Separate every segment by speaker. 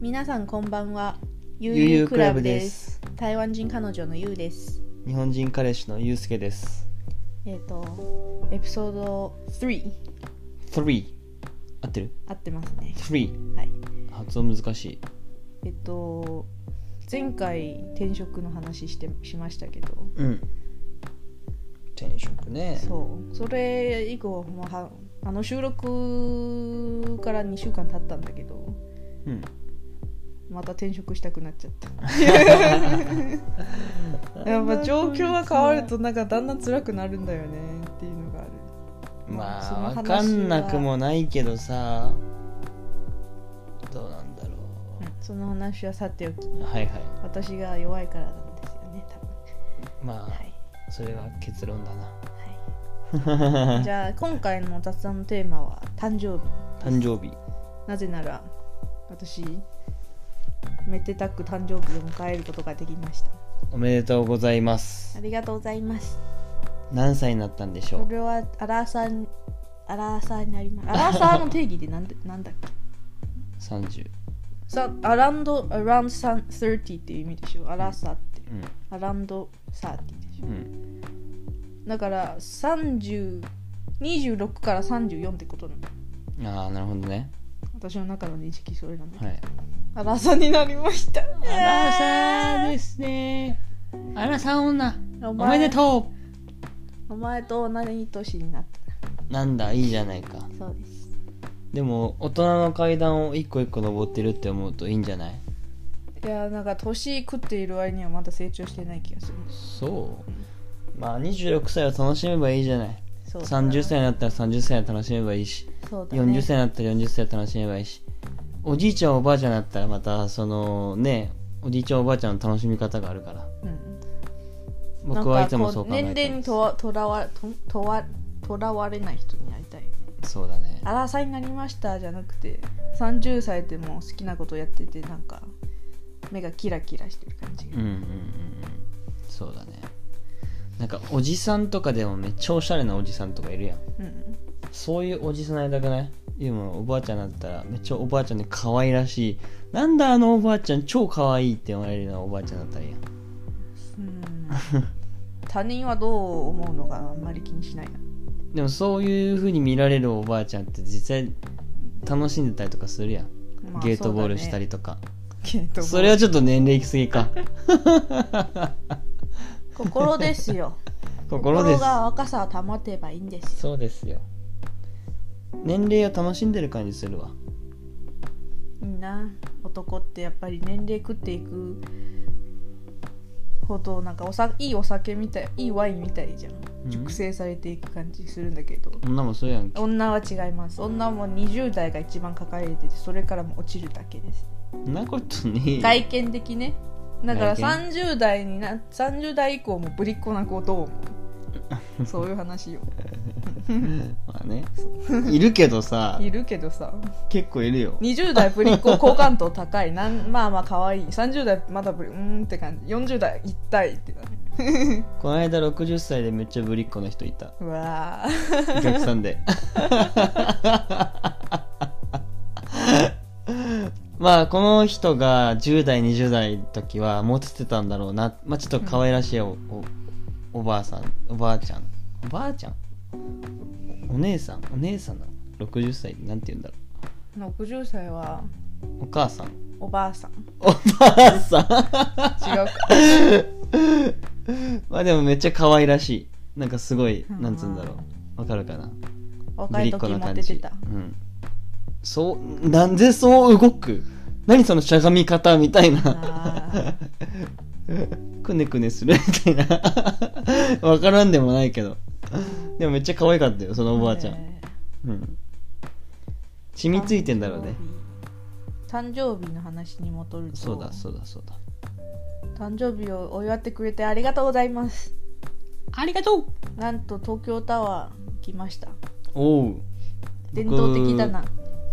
Speaker 1: 皆さんこんばんは。ゆ
Speaker 2: ゆう
Speaker 1: う
Speaker 2: ゆ
Speaker 1: ゆう
Speaker 2: うク
Speaker 1: ク
Speaker 2: ラ
Speaker 1: ラ
Speaker 2: ブ
Speaker 1: ブ
Speaker 2: で
Speaker 1: ですす。台湾人彼女のゆうです。
Speaker 2: 日本人彼氏のゆうすけです
Speaker 1: えっ、と、エピソード3
Speaker 2: 3合ってる
Speaker 1: 合ってますね。
Speaker 2: 3
Speaker 1: はい。
Speaker 2: 発音難しい
Speaker 1: えっ、と、前回転職の話してしましたけど、
Speaker 2: うん転職ね
Speaker 1: そう。それ以降、まあは、あの収録から2週間経ったんだけど、
Speaker 2: う、ん、
Speaker 1: また転職したくなっちゃ った。やっぱ状況が変わると、なんかだんだん辛くなるんだよねっていうのがある。その
Speaker 2: まあ
Speaker 1: 話は
Speaker 2: わかんなくもないけどさどうなんだろ
Speaker 1: その話はさておき
Speaker 2: うはいはい
Speaker 1: 私が弱いからなんですよね多分
Speaker 2: まあ、
Speaker 1: はい、
Speaker 2: それが結論だ
Speaker 1: はい、
Speaker 2: な
Speaker 1: じゃあ今回の雑談のテーマは誕生日
Speaker 2: 誕生日
Speaker 1: なぜなら私めでたく誕生日を迎えることができました
Speaker 2: おめでとうございます
Speaker 1: ありがとうございます
Speaker 2: 何歳になったんでしょ
Speaker 1: こ
Speaker 2: う
Speaker 1: れはアラーサーにアラーサーになりますアラーサーの定義でなんでなんだっけ
Speaker 2: 30
Speaker 1: さアラウンドアラウンド30っていう意味でしょアラーサーって
Speaker 2: う
Speaker 1: アラウンド30でしょ
Speaker 2: んうん
Speaker 1: だから3026から34ってことなの
Speaker 2: ああなるほどね
Speaker 1: 私の中の認識それなんだけ
Speaker 2: はい
Speaker 1: ど、アラサになりました
Speaker 2: アラサーですね。アラサー女。
Speaker 1: お
Speaker 2: おめでと
Speaker 1: うお前と同じ年になっ
Speaker 2: う。なんだ、いいじゃないか。
Speaker 1: たそうです
Speaker 2: でも、大人の階段を一個一個登ってるって思うといいんじゃない
Speaker 1: いやーなんか年食っている割にはまだ成長してない気がする
Speaker 2: そう。まあ、26歳を楽しめばいいじゃない。
Speaker 1: そうだな
Speaker 2: 30歳になったら30歳を楽しめばいいし、
Speaker 1: そうだ、ね、
Speaker 2: 40歳になったら40歳を楽しめばいいし、おじいちゃんおばあちゃんになったらまた、そのね、おじいちゃんおばあちゃんの楽しみ方があるから。
Speaker 1: うん、
Speaker 2: 僕はいつ
Speaker 1: な
Speaker 2: も
Speaker 1: んか
Speaker 2: そ
Speaker 1: こ
Speaker 2: う考えてます
Speaker 1: 年齢にとわとらわととわとらわれない人になりたいよね
Speaker 2: そうだね。
Speaker 1: アラサになりましたじゃなくて30歳でも好きなことやっててなんか目がキラキラしてる感じ
Speaker 2: うん
Speaker 1: が、
Speaker 2: うんうんうんそうだねなんかおじさんとかでもめっちゃおしゃれなおじさんとかいるやん
Speaker 1: うん、
Speaker 2: そういうおじさんやりたくないでもおばあちゃんだったらめっちゃおばあちゃんで可愛らしいなんだあのおばあちゃん超可愛いって言われるようなおばあちゃんだったらいいやん
Speaker 1: うん他人はどう思うのかあんまり気にしないな
Speaker 2: でもそういう風に見られるおばあちゃんって実際楽しんでたりとかするやん、
Speaker 1: まあ
Speaker 2: ゲートボールしたりとか
Speaker 1: そうだねゲートボー
Speaker 2: そ,、
Speaker 1: ル
Speaker 2: れはちょっと年齢いきす ぎか
Speaker 1: 心ですよ
Speaker 2: 心です
Speaker 1: が若さを保てばいいんですよ
Speaker 2: そうですよ年齢を楽しんでる感じするわ
Speaker 1: いいな男ってやっぱり年齢食っていくほどなんかおさいいお酒みたいいいワインみたいじゃん
Speaker 2: うん
Speaker 1: 熟成されていく感じするんだけど、
Speaker 2: 女もそうやんけ
Speaker 1: 女は違います女も20代が一番抱えててそれからもう落ちるだけです
Speaker 2: そんなことねえよ
Speaker 1: 外見的ねだから
Speaker 2: 外
Speaker 1: 30代にな30代以降もぶりっ子な子どう思 うそういう話よ
Speaker 2: まあねいるけどさ
Speaker 1: いるけどさ
Speaker 2: 結構いるよ
Speaker 1: 20代ぶりっ子好感度高いなんまあまあ可愛い30代まだぶりうーんって感じ40代一体ってなる
Speaker 2: この間60歳でめっちゃぶりっ子の人いた
Speaker 1: うわ
Speaker 2: お客さんで まあこの人が10代20代の時はモテてたんだろうな、まあ、ちょっと可愛らしいお,お、おばあさんおばあちゃんおばあちゃんおお姉さんお姉さんなの60歳ってなんて言うんだろ
Speaker 1: ー60歳は
Speaker 2: うお母さん
Speaker 1: おばあさん
Speaker 2: おばあさん
Speaker 1: 違うか
Speaker 2: まあでもめっちゃ可愛らしいなんかすごい
Speaker 1: うん
Speaker 2: なんつうんだろうわかるかな
Speaker 1: 若い時モテてた
Speaker 2: うんそうなんでそう動く何そのしゃがみ方みたい
Speaker 1: あ
Speaker 2: な くねくねするみたいな わからんでもないけどでもめっちゃ可愛かったよそのおばあちゃん、
Speaker 1: えー
Speaker 2: うん染みついてんだろうね
Speaker 1: 誕生日の話に戻ると
Speaker 2: そうだそうだそうだ
Speaker 1: 誕生日をお祝ってくれてありがとうございます
Speaker 2: ありがとう
Speaker 1: なんと東京タワー行きました
Speaker 2: おう
Speaker 1: 伝統的だな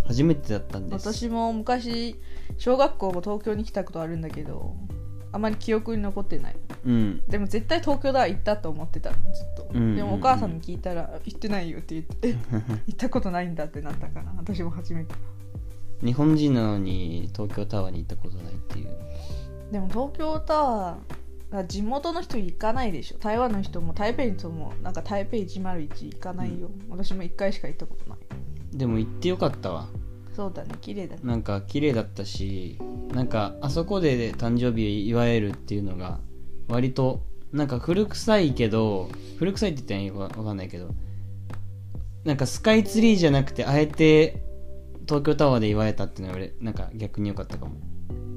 Speaker 2: 僕初めてだったんです
Speaker 1: 私も昔小学校も東京に来たことあるんだけどあまり記憶に残ってない
Speaker 2: うん
Speaker 1: でも絶対東京だ行ったと思ってたのずっと、
Speaker 2: うんうんうん
Speaker 1: でもお母さんに聞いたら「行ってないよ」って言って「え行ったことないんだ」ってなったから私も初めて
Speaker 2: 日本人なのに東京タワーに行ったことないっていう
Speaker 1: でも東京タワーあ地元の人行かないでしょ台湾の人も台北の人もなんか台北101行かないよ、私も1回しか行ったことない
Speaker 2: でも行ってよかったわ
Speaker 1: そうだね綺麗だね
Speaker 2: なんか綺麗だったしなんかあそこで誕生日祝えるっていうのが割となんか古臭いけど古臭いって言ったらいいかわかんないけどなんかスカイツリーじゃなくてあえて東京タワーで祝えたっていうのは俺なんか逆に良かったかも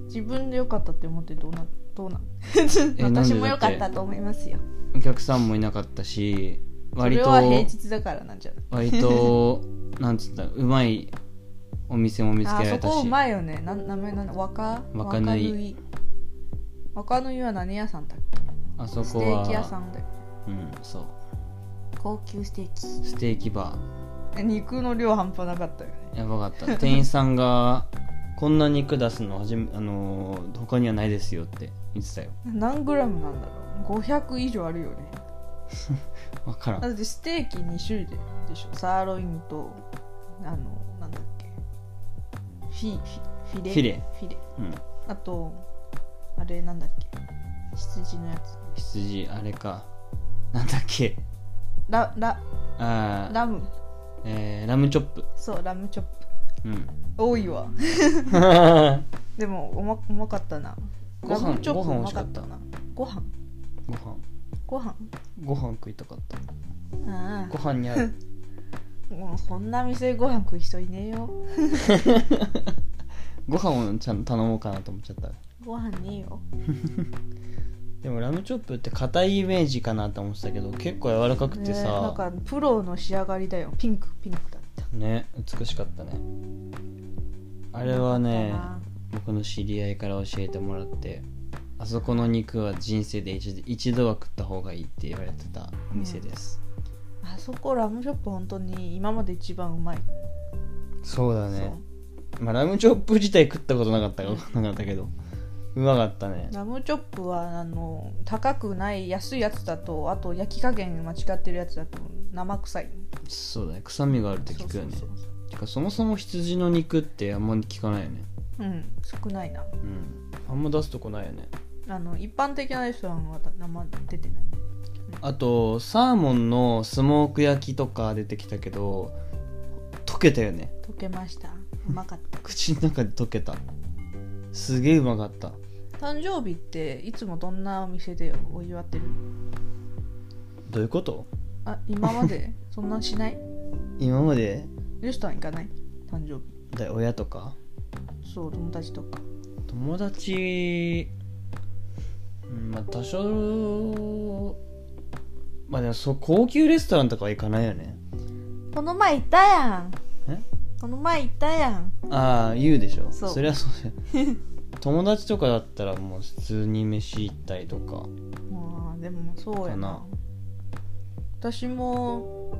Speaker 1: 自分で良かったって思ってどうなどうなん
Speaker 2: なんでだって
Speaker 1: 私も良かったと思いますよ
Speaker 2: お客さんもいなかったし
Speaker 1: そ
Speaker 2: 割
Speaker 1: れ
Speaker 2: と
Speaker 1: は平日だからなんじゃない
Speaker 2: 割となんつったうまいお店も見つ
Speaker 1: あ
Speaker 2: けら
Speaker 1: そ
Speaker 2: れた
Speaker 1: こう
Speaker 2: し
Speaker 1: まいよねなん名前なんだ若
Speaker 2: 若ぬい
Speaker 1: い若ぬいは何屋さんだっ
Speaker 2: あそ
Speaker 1: けステ
Speaker 2: こは
Speaker 1: ーキ屋さんで
Speaker 2: うんそう
Speaker 1: 高級ステーキ
Speaker 2: ステーキバ
Speaker 1: え肉の量半端なかったよね
Speaker 2: ーやばかった店員さんがこんな肉出すのはじめ、あのー他にはないですよって言ってたよ
Speaker 1: 何グラムなんだろう500以上あるよね
Speaker 2: 分から
Speaker 1: だ
Speaker 2: ん
Speaker 1: ってステーキ2種類ででしょサーロインとあのなんだっけフィフィフィレ
Speaker 2: フィレ
Speaker 1: フィレ
Speaker 2: うん
Speaker 1: あとあれなんだっけ羊のやつ
Speaker 2: 羊あれかなんだっけ
Speaker 1: ララ
Speaker 2: あー
Speaker 1: ラム
Speaker 2: えーラムチョップ
Speaker 1: そうラムチョップ
Speaker 2: うん
Speaker 1: 多いわ でもうまうまかったな
Speaker 2: ご飯
Speaker 1: ラムチョップ
Speaker 2: ご飯
Speaker 1: う
Speaker 2: 美
Speaker 1: ま
Speaker 2: 味し
Speaker 1: か
Speaker 2: か
Speaker 1: っ
Speaker 2: ったた
Speaker 1: なご飯
Speaker 2: ご飯
Speaker 1: ご飯
Speaker 2: ご飯食いたかった
Speaker 1: あ
Speaker 2: ご飯に合う
Speaker 1: あもうそんな店でご飯食う人いねえよ
Speaker 2: ご飯をちゃんと頼もうかなと思っちゃった
Speaker 1: ご飯ねえよ
Speaker 2: でもラムチョップって硬いイメージかなと思ってたけど結構柔らかくて
Speaker 1: ねえなん
Speaker 2: さ
Speaker 1: かプロの仕上がりだよピンクピンクだった
Speaker 2: ね美しかったねあれは
Speaker 1: う
Speaker 2: ね
Speaker 1: まかっ
Speaker 2: 僕の知り合いから教えてもらってあそこの肉は人生で一度一度は食った方がいいって言われてたお店です、
Speaker 1: たなあそこラムチョップ本当に今まで一番うまい
Speaker 2: そう
Speaker 1: そ
Speaker 2: だ
Speaker 1: う
Speaker 2: ねまあラムチョップ自体食ったことなか ったから分かんなかったけどうまかったね
Speaker 1: ラムチョップはあの高くない安いやつだとあと焼き加減間違ってるやつだと生臭い
Speaker 2: そうだね臭みがあるって聞くよね
Speaker 1: そうそうそう
Speaker 2: てかそもそも羊の肉ってあんまり聞かないよね
Speaker 1: うん少ないな
Speaker 2: うんあんま出すとこないよね
Speaker 1: あの一般的なレストランは生出てない
Speaker 2: あとサーモンのスモーク焼きとか出てきたけど溶けたよね
Speaker 1: 溶けましたうまかった
Speaker 2: 口の中で溶けたすげえうまかった
Speaker 1: 誕生日っていつもどんなお店でお祝ってる
Speaker 2: どういうこと
Speaker 1: あ今までそんなしない
Speaker 2: 今まで
Speaker 1: レストラン行かない誕生
Speaker 2: だ親とか
Speaker 1: 日そう友達とか
Speaker 2: 友達うんまあ多少まあでもそう高級レストランとかは行かないよね
Speaker 1: この前行ったやん
Speaker 2: え
Speaker 1: この前行ったやん
Speaker 2: ああ言うでしょ
Speaker 1: そう
Speaker 2: りゃそうだよ 友達とかだったらもう普通に飯行ったりとか
Speaker 1: まあでもそうやな
Speaker 2: かな
Speaker 1: 私も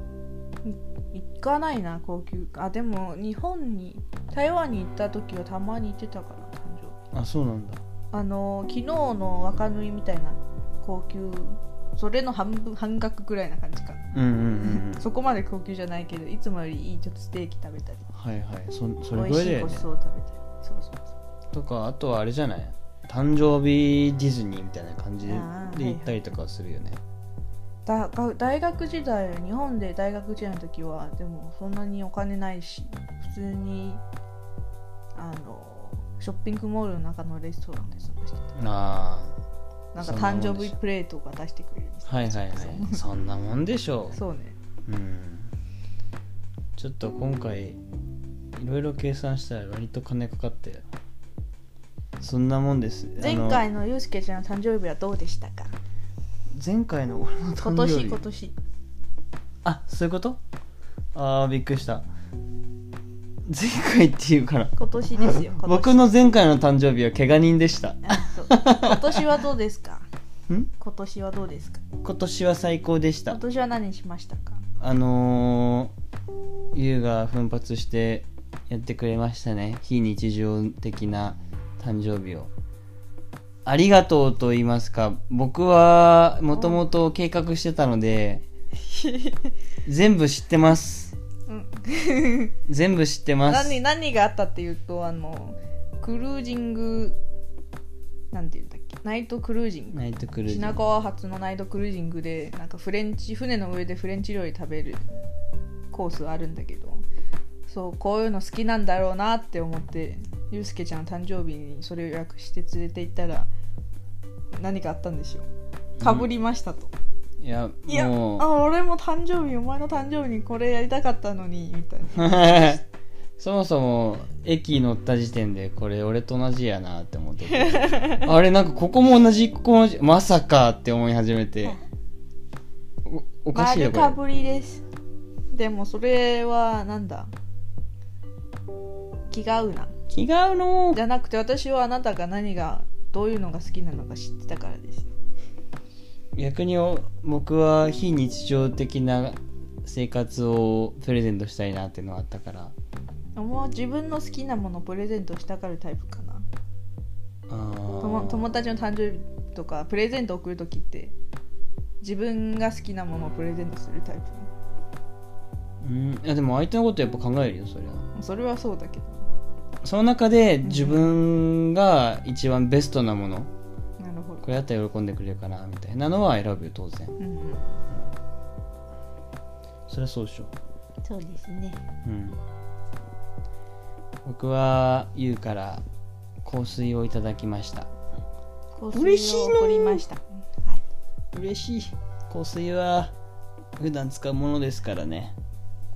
Speaker 1: い行かないな高級あでも日本に台湾に行った時はたまに行ってたから誕生日
Speaker 2: あそうなんだ
Speaker 1: あの昨日の若縫いみたいな高級それの半分半額ぐらいな感じかな、
Speaker 2: うんうんうん、うん、
Speaker 1: そこまで高級じゃないけどいつもよりいいちょっとステーキ食べたり
Speaker 2: はいはいそそ
Speaker 1: 美
Speaker 2: れ
Speaker 1: 味
Speaker 2: ぐらい
Speaker 1: し
Speaker 2: だ
Speaker 1: い
Speaker 2: よ
Speaker 1: ごち
Speaker 2: ね
Speaker 1: そう食べたりそうそうそう
Speaker 2: とかあとはあれじゃない誕生日ディズニーみたいな感じで
Speaker 1: あー
Speaker 2: で行ったりとかするよね、
Speaker 1: だが大学時代日本で大学時代の時はでもそんなにお金ないし普通にあのショッピングモールの中のレストランで過ごしてた
Speaker 2: あ
Speaker 1: なんか
Speaker 2: そんな
Speaker 1: 誕
Speaker 2: もんでしょ
Speaker 1: 生日プレートが出してくれるみた
Speaker 2: あはいはいは
Speaker 1: そう
Speaker 2: いそんなもんでしょ
Speaker 1: そうね
Speaker 2: ううんちょっと今回いろいろ計算したら割と金かかってそんなもんですあの
Speaker 1: 前回のゆうすけちゃんの誕生日はどうでしたか
Speaker 2: 前回の俺の
Speaker 1: 今
Speaker 2: 誕生日
Speaker 1: 年今年
Speaker 2: あそういうことあーびっくりした前回っていうから
Speaker 1: 今年 ですよ今年
Speaker 2: 僕の前回の誕生日は怪我人でした
Speaker 1: あそう今年はどうですか
Speaker 2: ん
Speaker 1: 今年はどうですか
Speaker 2: 今年は最高でし
Speaker 1: 今
Speaker 2: た
Speaker 1: 年は何しましたか
Speaker 2: あのー、優が奮発してやってくれましたね非日常的な誕生日をありがとうと言いますか僕は もともと計画してたので全部知ってます
Speaker 1: ううん
Speaker 2: 全部知ってます
Speaker 1: 何何があったっていうとあのクルージングなんていうんだっけナイトクルージング
Speaker 2: ナイトクルージング
Speaker 1: 品川発のナイトクルージングでなんかフレンチ船の上でフレンチ料理食べるコースあるんだけどそうこういうの好きなんだろうなって思ってゆうすけちゃんの誕生日にそれを予約して連れて行ったら何かあったんですよかぶりましたと、
Speaker 2: いや
Speaker 1: いや
Speaker 2: もう
Speaker 1: あ俺も誕生日お前の誕生日にこれやりたかったのにみたいな
Speaker 2: そもそも駅乗った時点でこれ俺と同じやなって思ってて あれなんかここも同じここも同じまさかって思い始めておおかしいよ
Speaker 1: 丸か
Speaker 2: こ
Speaker 1: ぶりですでもそれはなんだ気が合うな
Speaker 2: れ気が合うの
Speaker 1: じゃなくて私はあなたが何がどういうのが好きなのか知ってたからですよ
Speaker 2: 逆にお僕は非日常的な生活をプレゼントしたいなっていうのがあったから
Speaker 1: もう自分の好きなものをプレゼントしたがるタイプかな友
Speaker 2: 友
Speaker 1: 友達の誕生日とかプレゼント送る時って自分が好きなものをプレゼントするタイプ
Speaker 2: うんいやでも相手のことやっぱ考えるよそれは
Speaker 1: それはそうだけど
Speaker 2: その中で自分が一番ベストなもの、
Speaker 1: なるほど
Speaker 2: これだったら喜んでくれるかなみたいなのは選ぶよ当然
Speaker 1: うんうん
Speaker 2: そりゃそうでしょ
Speaker 1: そうですね
Speaker 2: うん僕はゆうから香水をいただきました
Speaker 1: 香
Speaker 2: 嬉し
Speaker 1: 水
Speaker 2: い
Speaker 1: を
Speaker 2: な
Speaker 1: 送りましたはい
Speaker 2: 嬉しい香水は普段使うものですからね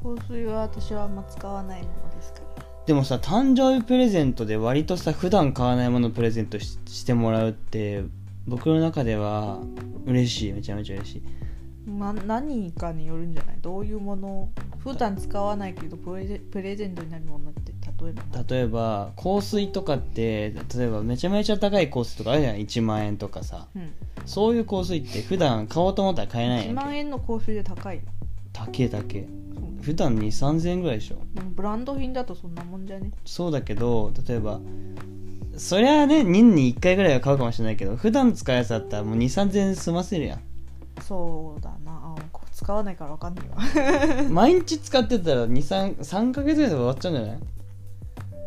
Speaker 1: 香水は私はあんま使わないものですから
Speaker 2: でもさ誕生日プレゼントで割とさ普段買わないものをプレゼントししてもらうって僕の中では嬉しいめちゃめちゃ嬉しい
Speaker 1: な何かによるんじゃないどういうものを普段使わないけどプレゼプレゼントになるものって例えば何
Speaker 2: 例えば香水とかって例えばめちゃめちゃ高い香水とかあるじゃん1万円とかさ
Speaker 1: うん、
Speaker 2: そういう香水って普段買おうと思ったら買えない
Speaker 1: 1
Speaker 2: やん
Speaker 1: 万
Speaker 2: け
Speaker 1: 円の香水で高いの
Speaker 2: 高え高え
Speaker 1: そう
Speaker 2: 普段2 3 0 0 0円ぐらいでしょ
Speaker 1: でもブランド品だとそんなもんじゃね
Speaker 2: そうだけど例えばそりゃね年に1回ぐらいは買うかもしれないけど普段使うやつだったらもう2 3 0 0円済ませるやん
Speaker 1: そうだなあこ使わないからわかん ないわ
Speaker 2: 毎日使ってたら23ヶ月ぐらいで終わっちゃうんじゃない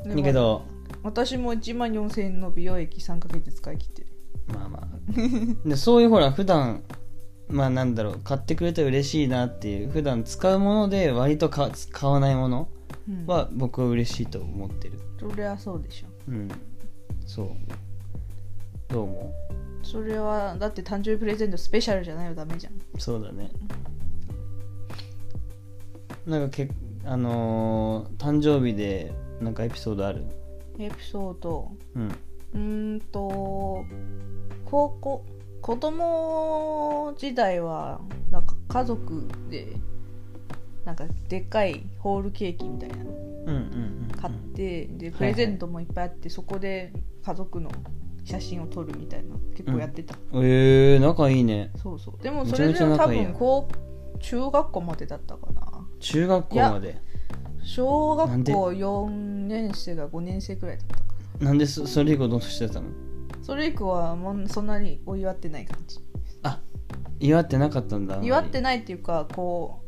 Speaker 1: で
Speaker 2: だ
Speaker 1: も
Speaker 2: けど
Speaker 1: 私も1万4000円の美容液3ヶ月使い切ってる
Speaker 2: まあまあでそういうほら普段まあなんだろう買ってくれたら嬉しいなっていう普段使うもので割とか買わないもの
Speaker 1: うん
Speaker 2: は僕は嬉しいと思ってる
Speaker 1: それはそうでしょ
Speaker 2: うんそうどう思
Speaker 1: それはだって誕生日プレゼントスペシャルじゃないとダメじゃん
Speaker 2: うそうだねなんかけあのー誕生日でなんかエピソードある
Speaker 1: エピソード
Speaker 2: うん
Speaker 1: うーんと高校子供時代はなんか家族でなんかでっかいホールケーキみたいなの
Speaker 2: うんうんうんうん
Speaker 1: 買って、で
Speaker 2: はい
Speaker 1: プレゼントもいっぱいあって、そこで家族の写真を撮るみたいな結構やってた、
Speaker 2: えー、仲いいね
Speaker 1: そうそうでも
Speaker 2: め
Speaker 1: そ
Speaker 2: ちゃ
Speaker 1: れ
Speaker 2: めち
Speaker 1: で
Speaker 2: ゃ
Speaker 1: も多
Speaker 2: 仲いいやん
Speaker 1: 分こう中学校までだったかな
Speaker 2: 中学校まで
Speaker 1: 小
Speaker 2: なん
Speaker 1: 学
Speaker 2: で
Speaker 1: 校4年生が5年生くらいだったかな
Speaker 2: なんでそそれ以降どうしてたの
Speaker 1: それ以降はもうそんなにお祝ってない感じ
Speaker 2: 祝ってなかったんだあんまり
Speaker 1: 祝ってないっていうかこ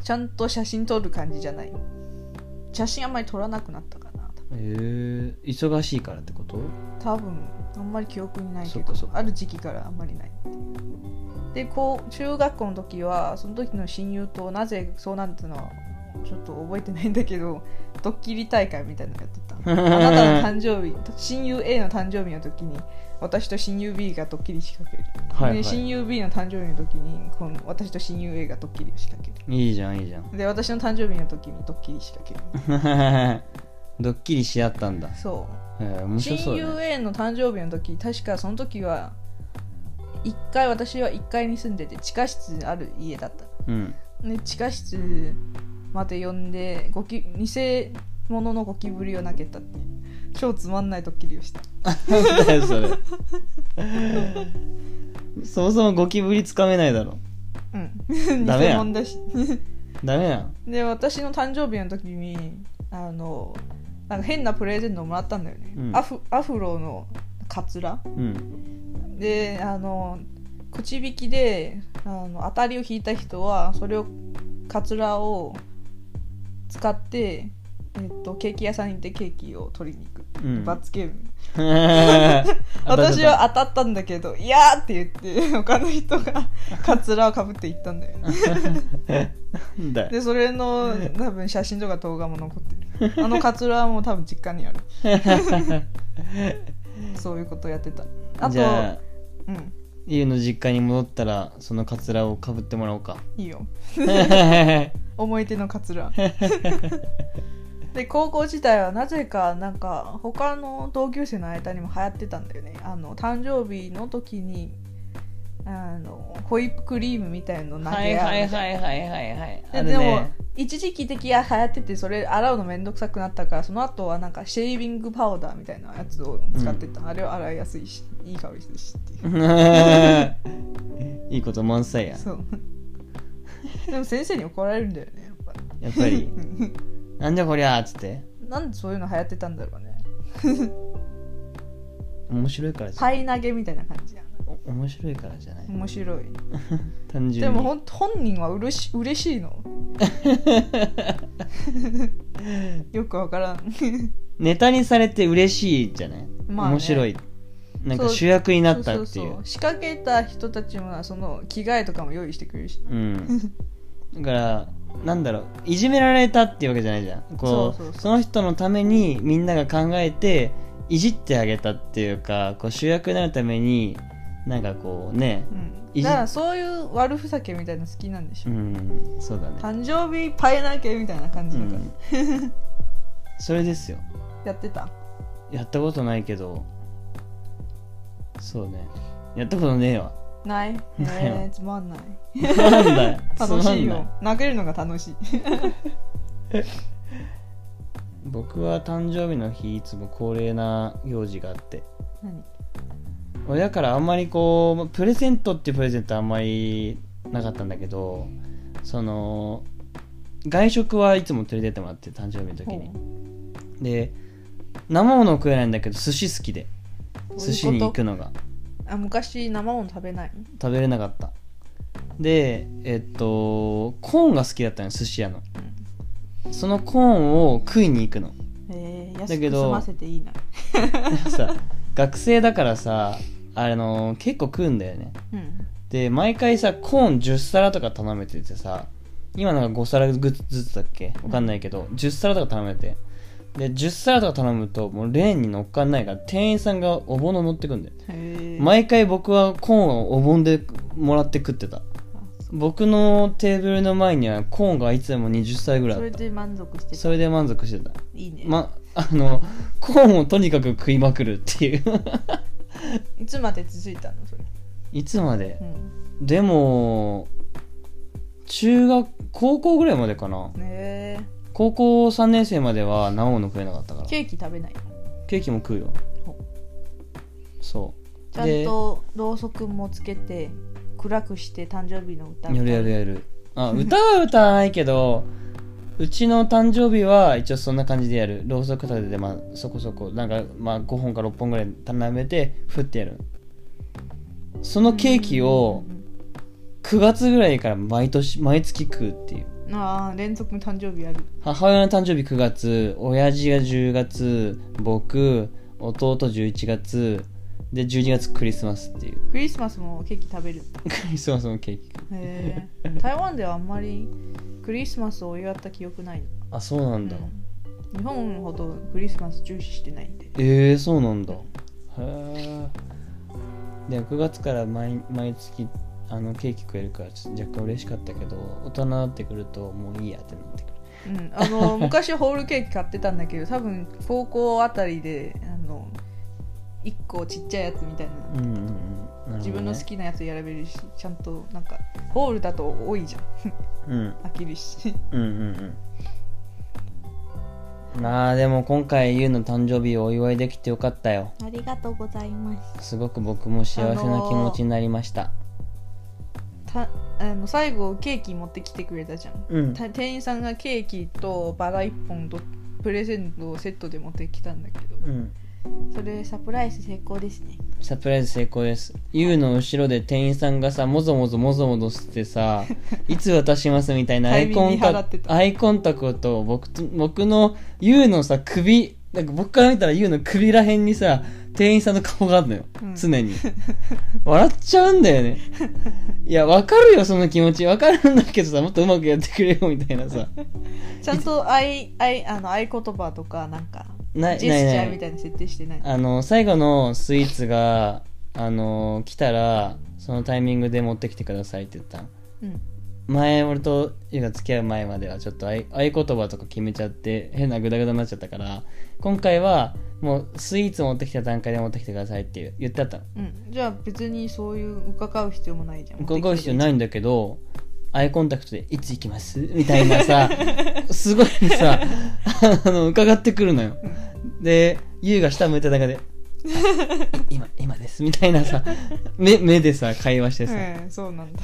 Speaker 1: うちゃんと写真撮る感じじゃない写真あんまり撮らなくなったかな
Speaker 2: へえ忙しいからってこと
Speaker 1: 多分あんまり記憶にないけ
Speaker 2: そっか
Speaker 1: ど
Speaker 2: そっか
Speaker 1: ある時期からあんまりないっていうでこう中学校の時はその時の親友となぜそうなったのはちょっと覚えてないんだけどドッキリ大会みたいなのやってたあなたの誕生日親友 A の誕生日の時に私と親友 B がドッキリ仕掛ける、
Speaker 2: はい、はい、
Speaker 1: で親友 B の誕生日の時にこの私と親友 A がドッキリを仕掛け
Speaker 2: いいじゃんいいじ ゃん
Speaker 1: るで私の誕生日の時にドッキリ仕掛ける
Speaker 2: ドッキリし合ったんだ、
Speaker 1: そう
Speaker 2: えー、面白そ
Speaker 1: 親
Speaker 2: うだ
Speaker 1: 友
Speaker 2: ね
Speaker 1: A の誕生日の時確かその時は1階私は1階に住んでて地下室ある家だった
Speaker 2: うん
Speaker 1: で地下室まで呼んでゴキ偽物のゴキブリを投げたっていう超つまんないドッキリをした
Speaker 2: なんだよそれ そもそもゴキブリつかめないだろ
Speaker 1: うん偽
Speaker 2: ダメや
Speaker 1: 物だし
Speaker 2: ダメなん
Speaker 1: で私の誕生日の時にあのなんか変なプレゼントをもらったんだよね、
Speaker 2: うん
Speaker 1: アフアフロのカツラ
Speaker 2: うん
Speaker 1: であの口引きであの当たりを引いた人はそれをカツラを使って、えっと、ケーキ屋さんに行ってケーキを取りに行く、
Speaker 2: うん
Speaker 1: 罰ゲーム私
Speaker 2: 私
Speaker 1: は当たったんだけど「いや!」って言って 他の人がカツラをかぶって行ったんだよ ね
Speaker 2: なん だよ
Speaker 1: でそれの多分写真とか動画も残って るあのカツラはもう多分実家にあるそういうことやってたあ
Speaker 2: じ
Speaker 1: と
Speaker 2: ゃあ
Speaker 1: うん
Speaker 2: ゆうの実家に戻ったらそのカツラをかぶってもらおう か
Speaker 1: いいよ思い出のカツラ で高校時代はなぜかなんか他の同級生の間にも流行ってたんだよねあの誕生日の時にあのホイップクリームみたいの投げ合う
Speaker 2: はいはいはいはいはいはいあ
Speaker 1: で
Speaker 2: る
Speaker 1: でも
Speaker 2: ね
Speaker 1: 一時期的や流行っててそれ洗うのめんどくさくなったからその後はなんかシェービングパウダーみたいなやつを使ってた、あれは洗いやすいしいい香りするしっていう
Speaker 2: いいこと満載や
Speaker 1: そうでも先生に怒られるんだよねやっぱ
Speaker 2: やっぱ りなんじゃこりゃーっつって
Speaker 1: なんでそういうの流行ってたんだろうね
Speaker 2: 面白いからじゃ
Speaker 1: パイ投げみたいな感じやな
Speaker 2: お面白いからじゃない
Speaker 1: 面白い
Speaker 2: 単純に
Speaker 1: でもほん本人はうれし嬉しい のよくわからん
Speaker 2: ネタにされて嬉しいじゃない、
Speaker 1: まあね
Speaker 2: 面白いなんか
Speaker 1: そう
Speaker 2: 主役になったって
Speaker 1: そ
Speaker 2: い
Speaker 1: そ
Speaker 2: う
Speaker 1: うそ仕掛けた人たちもその着替えとかも用意してくれるし
Speaker 2: んだからなんだろういじめられたっていうわけじゃないじゃんこう
Speaker 1: そうそうそう
Speaker 2: の人のためにみんなが考えていじってあげたっていうかこう主役になるためになんかこうね
Speaker 1: う
Speaker 2: い
Speaker 1: ん、
Speaker 2: じ
Speaker 1: だからそういう悪ふざけみたいなの好きなんでし
Speaker 2: う
Speaker 1: ょ、
Speaker 2: んそうだね、
Speaker 1: 誕生日パイ投げみたいな感じ
Speaker 2: う
Speaker 1: だから
Speaker 2: ん、 それですよ
Speaker 1: やってた
Speaker 2: やったことないけどそうねやったことねえわ
Speaker 1: ないへ
Speaker 2: ないわ
Speaker 1: えつまんない
Speaker 2: なんだよ
Speaker 1: 楽しい
Speaker 2: つまんない
Speaker 1: よ投げるのが楽しい
Speaker 2: 僕は誕生日の日いつも恒例な行事があって
Speaker 1: 何
Speaker 2: 親からあんまりこうプレゼントっていうプレゼントあんまりなかったんだけどその外食はいつも連れてってもらって誕生日の時にで生もの食えないんだけど寿司好きで
Speaker 1: ほう
Speaker 2: 寿司に行くのが
Speaker 1: あ昔生もの食べない
Speaker 2: 食べれなかったでえっとコーンが好きだったのよ寿司屋のそのコーンを食いに行くの
Speaker 1: えー、
Speaker 2: だ
Speaker 1: 安
Speaker 2: け
Speaker 1: く
Speaker 2: ど
Speaker 1: 済ませていいな
Speaker 2: でもさ学生だからさあの結構食うんだよね
Speaker 1: うん
Speaker 2: で毎回さコーン10皿とか頼めててさ今なんか5皿ずつだっけわかんないけど、10皿とか頼めてで10皿とか頼むともうレーンに乗っかんないから店員さんがお盆を持ってくんだよ
Speaker 1: へえ
Speaker 2: 毎回僕はコーンをお盆でもらって食ってた僕のテーブルの前にはコーンがいつでも20歳ぐらい
Speaker 1: そ
Speaker 2: あ
Speaker 1: れ
Speaker 2: った
Speaker 1: で満足して
Speaker 2: それで満足してた
Speaker 1: いいね、
Speaker 2: まあのコーンをとにかく食いまくるっていう
Speaker 1: いつまで続いたのそれ、
Speaker 2: いつまで
Speaker 1: うん、
Speaker 2: でも中学高校ぐらいまでかな
Speaker 1: へえ
Speaker 2: 高校3年生までは生もの食えなかったから
Speaker 1: ケーキ食べない
Speaker 2: ケーキも食うよ
Speaker 1: ほ
Speaker 2: そう
Speaker 1: ちゃんとろうそくもつけて暗くして誕生日の歌歌う
Speaker 2: やるやるやる あ歌は歌わないけどうちの誕生日は一応そんな感じでやるろうそく立てて、まあ、そこそこなんか、まあ、5本か6本ぐらい並べてふってやるそのケーキを
Speaker 1: うんうんうん
Speaker 2: 9月ぐらいから毎年毎月食うっていう
Speaker 1: うんああ連続の誕生日やる
Speaker 2: 母親の誕生日9月親父が10月僕弟11月で12月クリスマスっていう
Speaker 1: クリスマスもケーキ食べる
Speaker 2: クリスマスのケーキ
Speaker 1: へ え台湾ではあんまりクリスマスを祝った記憶ない
Speaker 2: あそうなんだ、
Speaker 1: うん日本ほどクリスマス重視してないんで
Speaker 2: えー、そうなんだへえで9月から毎毎月あのケーキ食えるからちょっと若干嬉しかったけど大人になってくるともういいやってなってくる
Speaker 1: うん、あの昔ホールケーキ買ってたんだけど多分高校あたりであの1個ちっちゃいやつみたいな
Speaker 2: うんうんうんなるほどね
Speaker 1: 自分の好きなやつ選べるしちゃんとなんかホールだと多いじゃん
Speaker 2: うん
Speaker 1: 飽きるし
Speaker 2: うんうんうんまあでも今回ゆうの誕生日をお祝いできてよかったよ
Speaker 1: ありがとうございます
Speaker 2: すごく僕も幸せな気持ちになりました、
Speaker 1: たあの最後ケーキ持ってきてくれたじゃん
Speaker 2: うん
Speaker 1: た店員さんがケーキとバラ1本とプレゼントをセットで持ってきたんだけど
Speaker 2: うん
Speaker 1: それサプライズ成功ですね
Speaker 2: サプライズ成功です。ユウの後ろで店員さんがさ、もぞもぞもぞもぞし てさ、いつ渡しますみたいなア
Speaker 1: タイ
Speaker 2: イ
Speaker 1: ミング
Speaker 2: コンタ
Speaker 1: 見払ってた
Speaker 2: アイコンタクトを僕と、僕のユウのさ、首、なんか僕から見たらユウの首らへんにさ、店員さんの顔があるのよ。
Speaker 1: うん
Speaker 2: 常 に。笑っちゃうんだよね。いや、わかるよ、その気持ち。わかるんだけどさ、もっとうまくやってくれよ、みたい なさ。
Speaker 1: ちゃんと合い合いあの合言葉とかなんか
Speaker 2: ない
Speaker 1: ジェスチ
Speaker 2: ない
Speaker 1: ャ
Speaker 2: ない
Speaker 1: ーみたいな設定してない
Speaker 2: あの、最後のスイーツが、あの、来たら、そのタイミングで持ってきてくださいって言ったの。
Speaker 1: うん
Speaker 2: 前俺とゆうが付き合う前まではちょっと合い合言葉とか決めちゃって変なグダグダになっちゃったから今回はもうスイーツ持ってきた段階で持ってきてくださいっていう言ってあったの
Speaker 1: うんじゃあ別にそういう伺う必要もないじゃん
Speaker 2: 伺う必要
Speaker 1: い
Speaker 2: ないんだけどアイコンタクトで「いつ行きます?」みたい なさすごいさあの伺ってくるのよで優が下向い た中で「あい今今です」みたいなさ目目でさ会話してさ、
Speaker 1: うんそうなん だ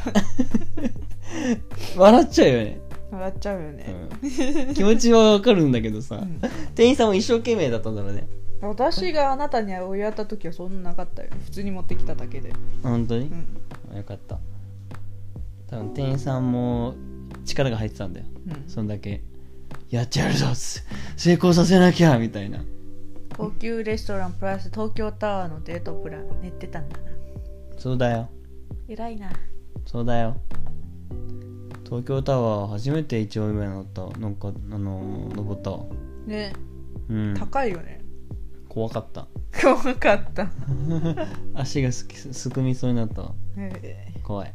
Speaker 2: 笑っちゃうよね、
Speaker 1: 笑っちゃうよね、
Speaker 2: うん、気持ちはわかるんだけどさ、
Speaker 1: うん
Speaker 2: 店員さんも一生懸命だったんだろうね
Speaker 1: 私があなたに追いやった時はそんななかったよ普通に持ってきただけで、
Speaker 2: 本当に
Speaker 1: う、ん
Speaker 2: あよかった多分店員さんも力が入ってたんだよ
Speaker 1: うん、
Speaker 2: そんだけやってやるぞす成功させなきゃみたいな
Speaker 1: 高級レストランプラス東京タワーのデートプラン寝てたんだな
Speaker 2: そうだよ
Speaker 1: 偉いな
Speaker 2: そうだよ東京タワー初めて一応目になったなんかあのー登ったわ
Speaker 1: ね、
Speaker 2: うん
Speaker 1: 高いよね
Speaker 2: 怖かった
Speaker 1: 怖か った、
Speaker 2: 足がすきすくみそうになったわ
Speaker 1: え
Speaker 2: 怖い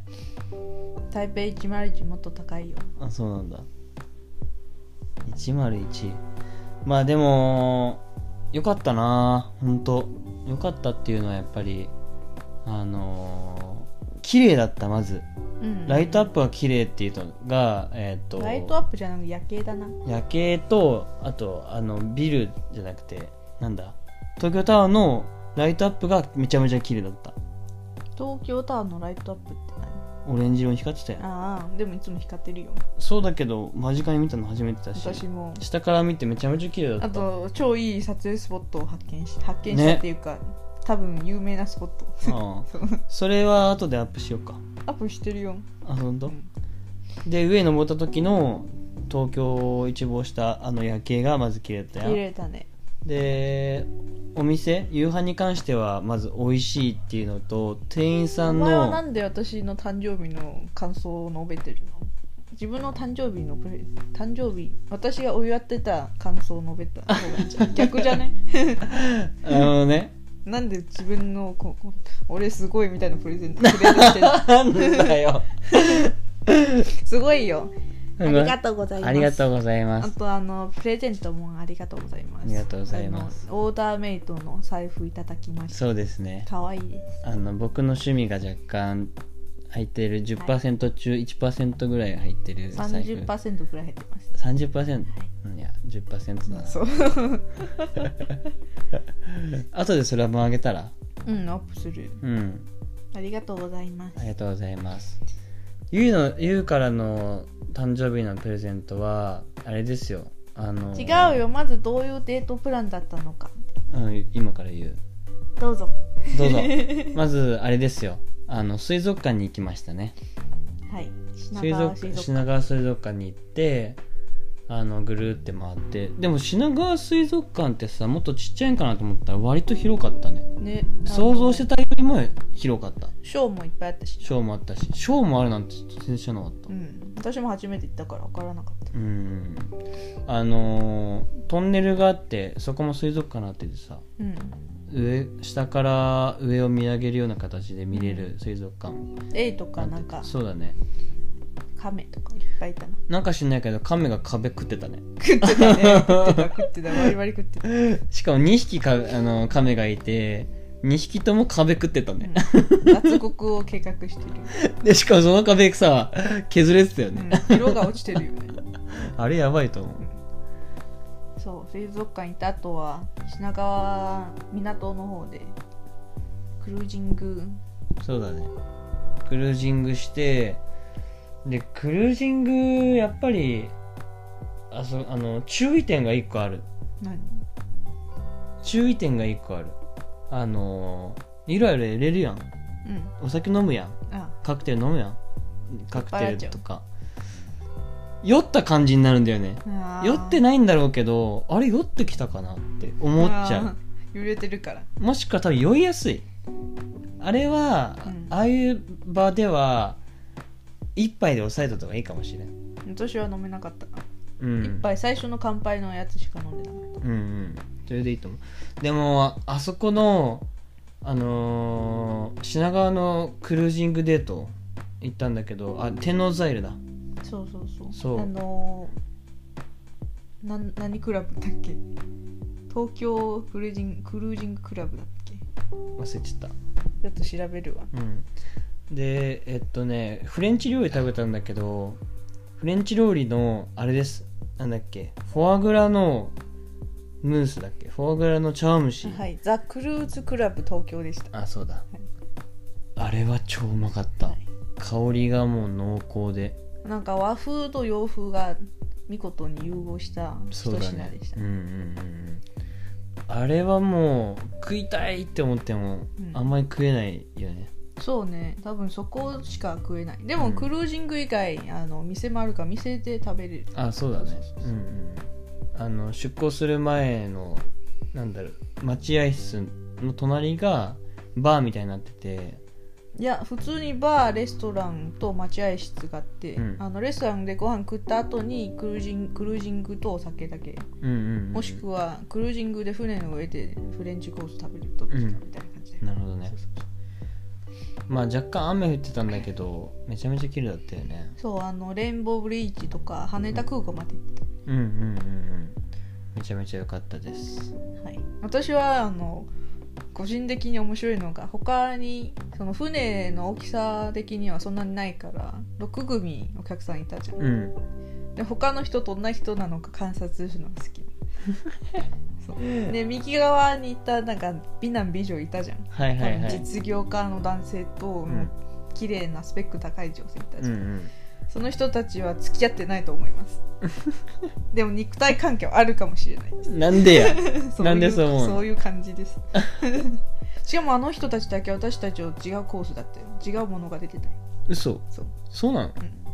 Speaker 1: ー台北101もっと高いよ
Speaker 2: あそうなんだ101まあでもよかったな本当よかったっていうのはやっぱりあのー綺麗だったまず
Speaker 1: うん
Speaker 2: ライトアップが綺麗っていうのがえーっと
Speaker 1: ライトアップじゃなく夜景だな
Speaker 2: 夜景とあとあのビルじゃなくてなんだ東京タワーのライトアップがめちゃめちゃ綺麗だった
Speaker 1: 東京タワーのライトアップって何
Speaker 2: オレンジ色に光ってたよ
Speaker 1: ああでもいつも光ってるよ
Speaker 2: そうだけど間近に見たの初めてだし
Speaker 1: 私も
Speaker 2: 下から見てめちゃめちゃ綺麗だった
Speaker 1: あと超いい撮影スポットを発見し発見したっていうか、多分有名なスポット
Speaker 2: あ
Speaker 1: そう
Speaker 2: あそれは後でアップしようか
Speaker 1: アップしてるよ
Speaker 2: あ本当
Speaker 1: うん
Speaker 2: で上登った時の東京を一望したあの夜景がまず綺麗だった
Speaker 1: 綺
Speaker 2: よ
Speaker 1: 麗だね
Speaker 2: でお店夕飯に関してはまず美味しいっていうのと店員さ
Speaker 1: お
Speaker 2: ん
Speaker 1: 前はな
Speaker 2: の
Speaker 1: んで私の誕生日の感想を述べてるの自分の誕生日のプレ誕生日私がお祝ってた感想を述べた方がいいんじ ゃん逆じゃね
Speaker 2: あのね
Speaker 1: なんで自分のここ俺すごいみたいなプレゼントプレゼントしてる
Speaker 2: なんだよ
Speaker 1: すごいよありが
Speaker 2: と
Speaker 1: とうございます
Speaker 2: ありがとうございま
Speaker 1: あ
Speaker 2: す
Speaker 1: とあのプレゼントもありがとうございます
Speaker 2: ありがとうございます
Speaker 1: あのオーダーメイドの財布いただきまし
Speaker 2: そうですね
Speaker 1: たかわいいです
Speaker 2: あの僕の趣味が若干入ってる10%中1%ぐらい入ってる財布
Speaker 1: 30%くらい減ってます
Speaker 2: 30%いや10%だな
Speaker 1: そう
Speaker 2: 後でそれはもうあげたら
Speaker 1: うんアップする
Speaker 2: うん
Speaker 1: ありがとうございます
Speaker 2: ありがとうございますゆうのゆうからの誕生日のプレゼントはあれですよあの
Speaker 1: 違うよまずどういうデートプランだったのか
Speaker 2: うん今から言う
Speaker 1: どうぞ
Speaker 2: ど うぞまずあれですよあの水族館に行きましたね
Speaker 1: はい品
Speaker 2: 水
Speaker 1: 川
Speaker 2: 族
Speaker 1: 水族
Speaker 2: 品川水族館に行ってあのぐるーって回ってでも品川水族館ってさもっとちっちゃいんかなと思ったら割と広かったね
Speaker 1: 館ね
Speaker 2: 想像して
Speaker 1: た
Speaker 2: たよりも広かった
Speaker 1: ショーもいっぱいあったし
Speaker 2: ショーもあったしショーもあるなんて全然知らなかった
Speaker 1: うん私も初めて行ったから分からなかった
Speaker 2: うんあのートンネルがあってそこも水族館になっててさ
Speaker 1: うん
Speaker 2: 上下から上を見上げるような形で見れる水族館
Speaker 1: エイとかなん
Speaker 2: あっ
Speaker 1: か
Speaker 2: てそうだね
Speaker 1: カメとかいっぱいいたな
Speaker 2: なんか知んないけどカメが壁食ってたね
Speaker 1: 食ってたね食ってた食ってたバリバリ食ってた、うん
Speaker 2: しかも2匹かあのカメがいて2匹とも壁食ってたね、
Speaker 1: 脱獄を計画してる、
Speaker 2: でしかもその壁さ削れてたよ
Speaker 1: うん
Speaker 2: ね、、
Speaker 1: 色が落ちてるよね
Speaker 2: あれやばいと思う
Speaker 1: そう水族館行った後は品川港の方でクルージング
Speaker 2: そうだねクルージングしてでクルージングやっぱりあそあの注意点が1個ある
Speaker 1: 何
Speaker 2: 注意点が1個あるあのーいろいろ入れるやん
Speaker 1: うん
Speaker 2: お酒飲むやん
Speaker 1: あ
Speaker 2: カクテル飲むやんカクテルとか酔った感じになるんだよね
Speaker 1: あー
Speaker 2: 酔ってないんだろうけどあれ酔ってきたかなって思っちゃう
Speaker 1: あー揺れてるから
Speaker 2: もしくは多分酔いやすいあれは、
Speaker 1: うん
Speaker 2: ああいう場では一杯で抑えとった方がいいかもしれん、
Speaker 1: 私は飲めなかった
Speaker 2: うん、
Speaker 1: 一杯最初の乾杯のやつしか飲んでなかっ
Speaker 2: うんうんそれでいいと思うでもあそこのあのー品川のクルージングデート行ったんだけどあ天王ザイルだ
Speaker 1: たそうそうそう
Speaker 2: そう
Speaker 1: あのー、なん何クラブだっけ東京クルージングクルージングクラブだっけち
Speaker 2: 忘れちゃった
Speaker 1: ょっと調べるわ
Speaker 2: うんでえっとねフレンチ料理食べたんだけどフレンチ料理のあれですなんだっけフォアグラのムースだっけフォアグラの茶碗蒸し、
Speaker 1: はいザ・クルーズクラブ東京でした
Speaker 2: あそうだ、あれは超うまかった、
Speaker 1: はい
Speaker 2: 香りがもう濃厚で
Speaker 1: なんか和風と洋風が見事に融合した一
Speaker 2: そう
Speaker 1: 品
Speaker 2: だね
Speaker 1: でした、
Speaker 2: うんうんうんうんあれはもう食いたいって思っても
Speaker 1: うん
Speaker 2: あんまり食えないよね、
Speaker 1: そうね多分そこしか食えないでも、
Speaker 2: うん
Speaker 1: クルージング以外あの店もあるから店で食べれる
Speaker 2: あそうだね
Speaker 1: そう
Speaker 2: う
Speaker 1: そうそうん
Speaker 2: うんあの出港する前のなんだろう待合室の隣がバーみたいになってて
Speaker 1: いや普通にバーレストランと待合室があって、
Speaker 2: うん
Speaker 1: あのレストランでご飯食った後にクルージングクルージングとお酒だけ、
Speaker 2: うんうん、うん、
Speaker 1: もしくはクルージングで船の上でフレンチコース食べるとどっちかみたいな感じで、
Speaker 2: なるほどね
Speaker 1: そうそう
Speaker 2: まあ若干雨降ってたんだけどめちゃめちゃ綺麗だったよね
Speaker 1: そうあのレインボーブリーチとか羽田空港まで行って
Speaker 2: うんうんうんうんめちゃめちゃ良かったです
Speaker 1: はい、私はあの個人的に面白いのが他にその船の大きさ的にはそんなにないから6組お客さんいたじゃん、
Speaker 2: うん
Speaker 1: で他の人どんな人なのか観察するのが好きそうで右側にいたなんか美男美女いたじゃん、
Speaker 2: はいはいはい
Speaker 1: 実業家の男性と、
Speaker 2: うん
Speaker 1: 綺麗なスペック高い女性いた
Speaker 2: う
Speaker 1: じ
Speaker 2: ん
Speaker 1: ゃ、
Speaker 2: うんん
Speaker 1: その人たちは付き合ってないと思います でも肉体関係はあるかもしれない
Speaker 2: なんで や
Speaker 1: そういう
Speaker 2: なんでそう思うの
Speaker 1: そういう感じです しかもあの人たちだけ私たちを違うコースだったよ違うものが出てたよ
Speaker 2: 嘘
Speaker 1: そう、
Speaker 2: そうなの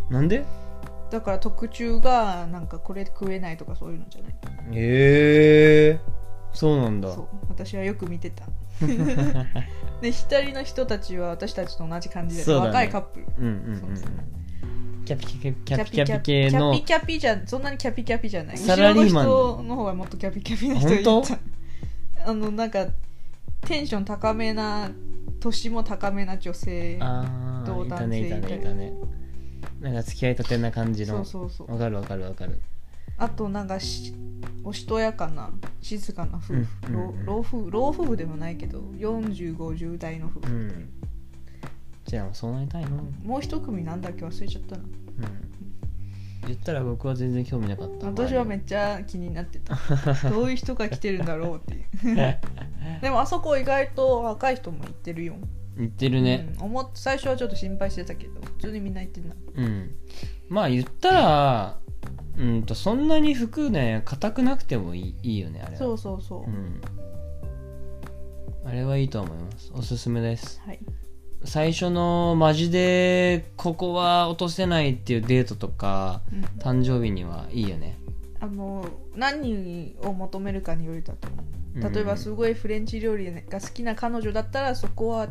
Speaker 1: うん、
Speaker 2: なんで
Speaker 1: だから特注がなんかこれ食えないとかそういうのじゃない
Speaker 2: へえそうなんだ
Speaker 1: そう私はよく見てたで左の人たちは私たちと同じ感じで、
Speaker 2: そうだね
Speaker 1: 若いカップル
Speaker 2: うんうん
Speaker 1: そう
Speaker 2: うん
Speaker 1: そう
Speaker 2: キャピキャピキャピキャピ系の
Speaker 1: キャピキャピじゃそんなにキャピキャピじゃない
Speaker 2: サラリーマン
Speaker 1: 後ろの人の方がもっとキャピキャピな人い
Speaker 2: 本
Speaker 1: た あのなんかテンション高めな年も高めな女性
Speaker 2: あ
Speaker 1: 同
Speaker 2: あいた
Speaker 1: 男
Speaker 2: ね
Speaker 1: 性
Speaker 2: いたねい
Speaker 1: みた
Speaker 2: た
Speaker 1: い
Speaker 2: ねなんか付き合いたてな感じ
Speaker 1: そ
Speaker 2: の
Speaker 1: うそうそう
Speaker 2: わかるわかるわかる
Speaker 1: あとなんかしおしとやかな静かな夫婦、
Speaker 2: うん
Speaker 1: 老
Speaker 2: うんう
Speaker 1: 老
Speaker 2: ん
Speaker 1: 夫婦老夫婦でもないけど4050代の夫
Speaker 2: う
Speaker 1: 婦、
Speaker 2: んじゃあそうなりたいのうん
Speaker 1: もう一組なんだっけ忘れちゃったな
Speaker 2: 言ったら僕は全然興味なかった
Speaker 1: 私はめっちゃ気になって たどういう人が来てるんだろうっていうでもあそこ意外と若い人も行ってるよ、
Speaker 2: 言ってるね
Speaker 1: うん、思っ最初はちょっと心配してたけど普通にみんな行ってんな
Speaker 2: うんまあ言ったらうんとそんなに服ね硬くなくてもいいいいよねあれは
Speaker 1: そうそうそう、
Speaker 2: うん、あれはいいと思いますおすすめです
Speaker 1: はい
Speaker 2: 最初のマジでここは落とせないっていうデートとか
Speaker 1: うん
Speaker 2: 誕生日にはいいよね
Speaker 1: あの何を求めるかによりだと思
Speaker 2: うん
Speaker 1: う例えばすごいフレンチ料理が好きな彼女だったらそこは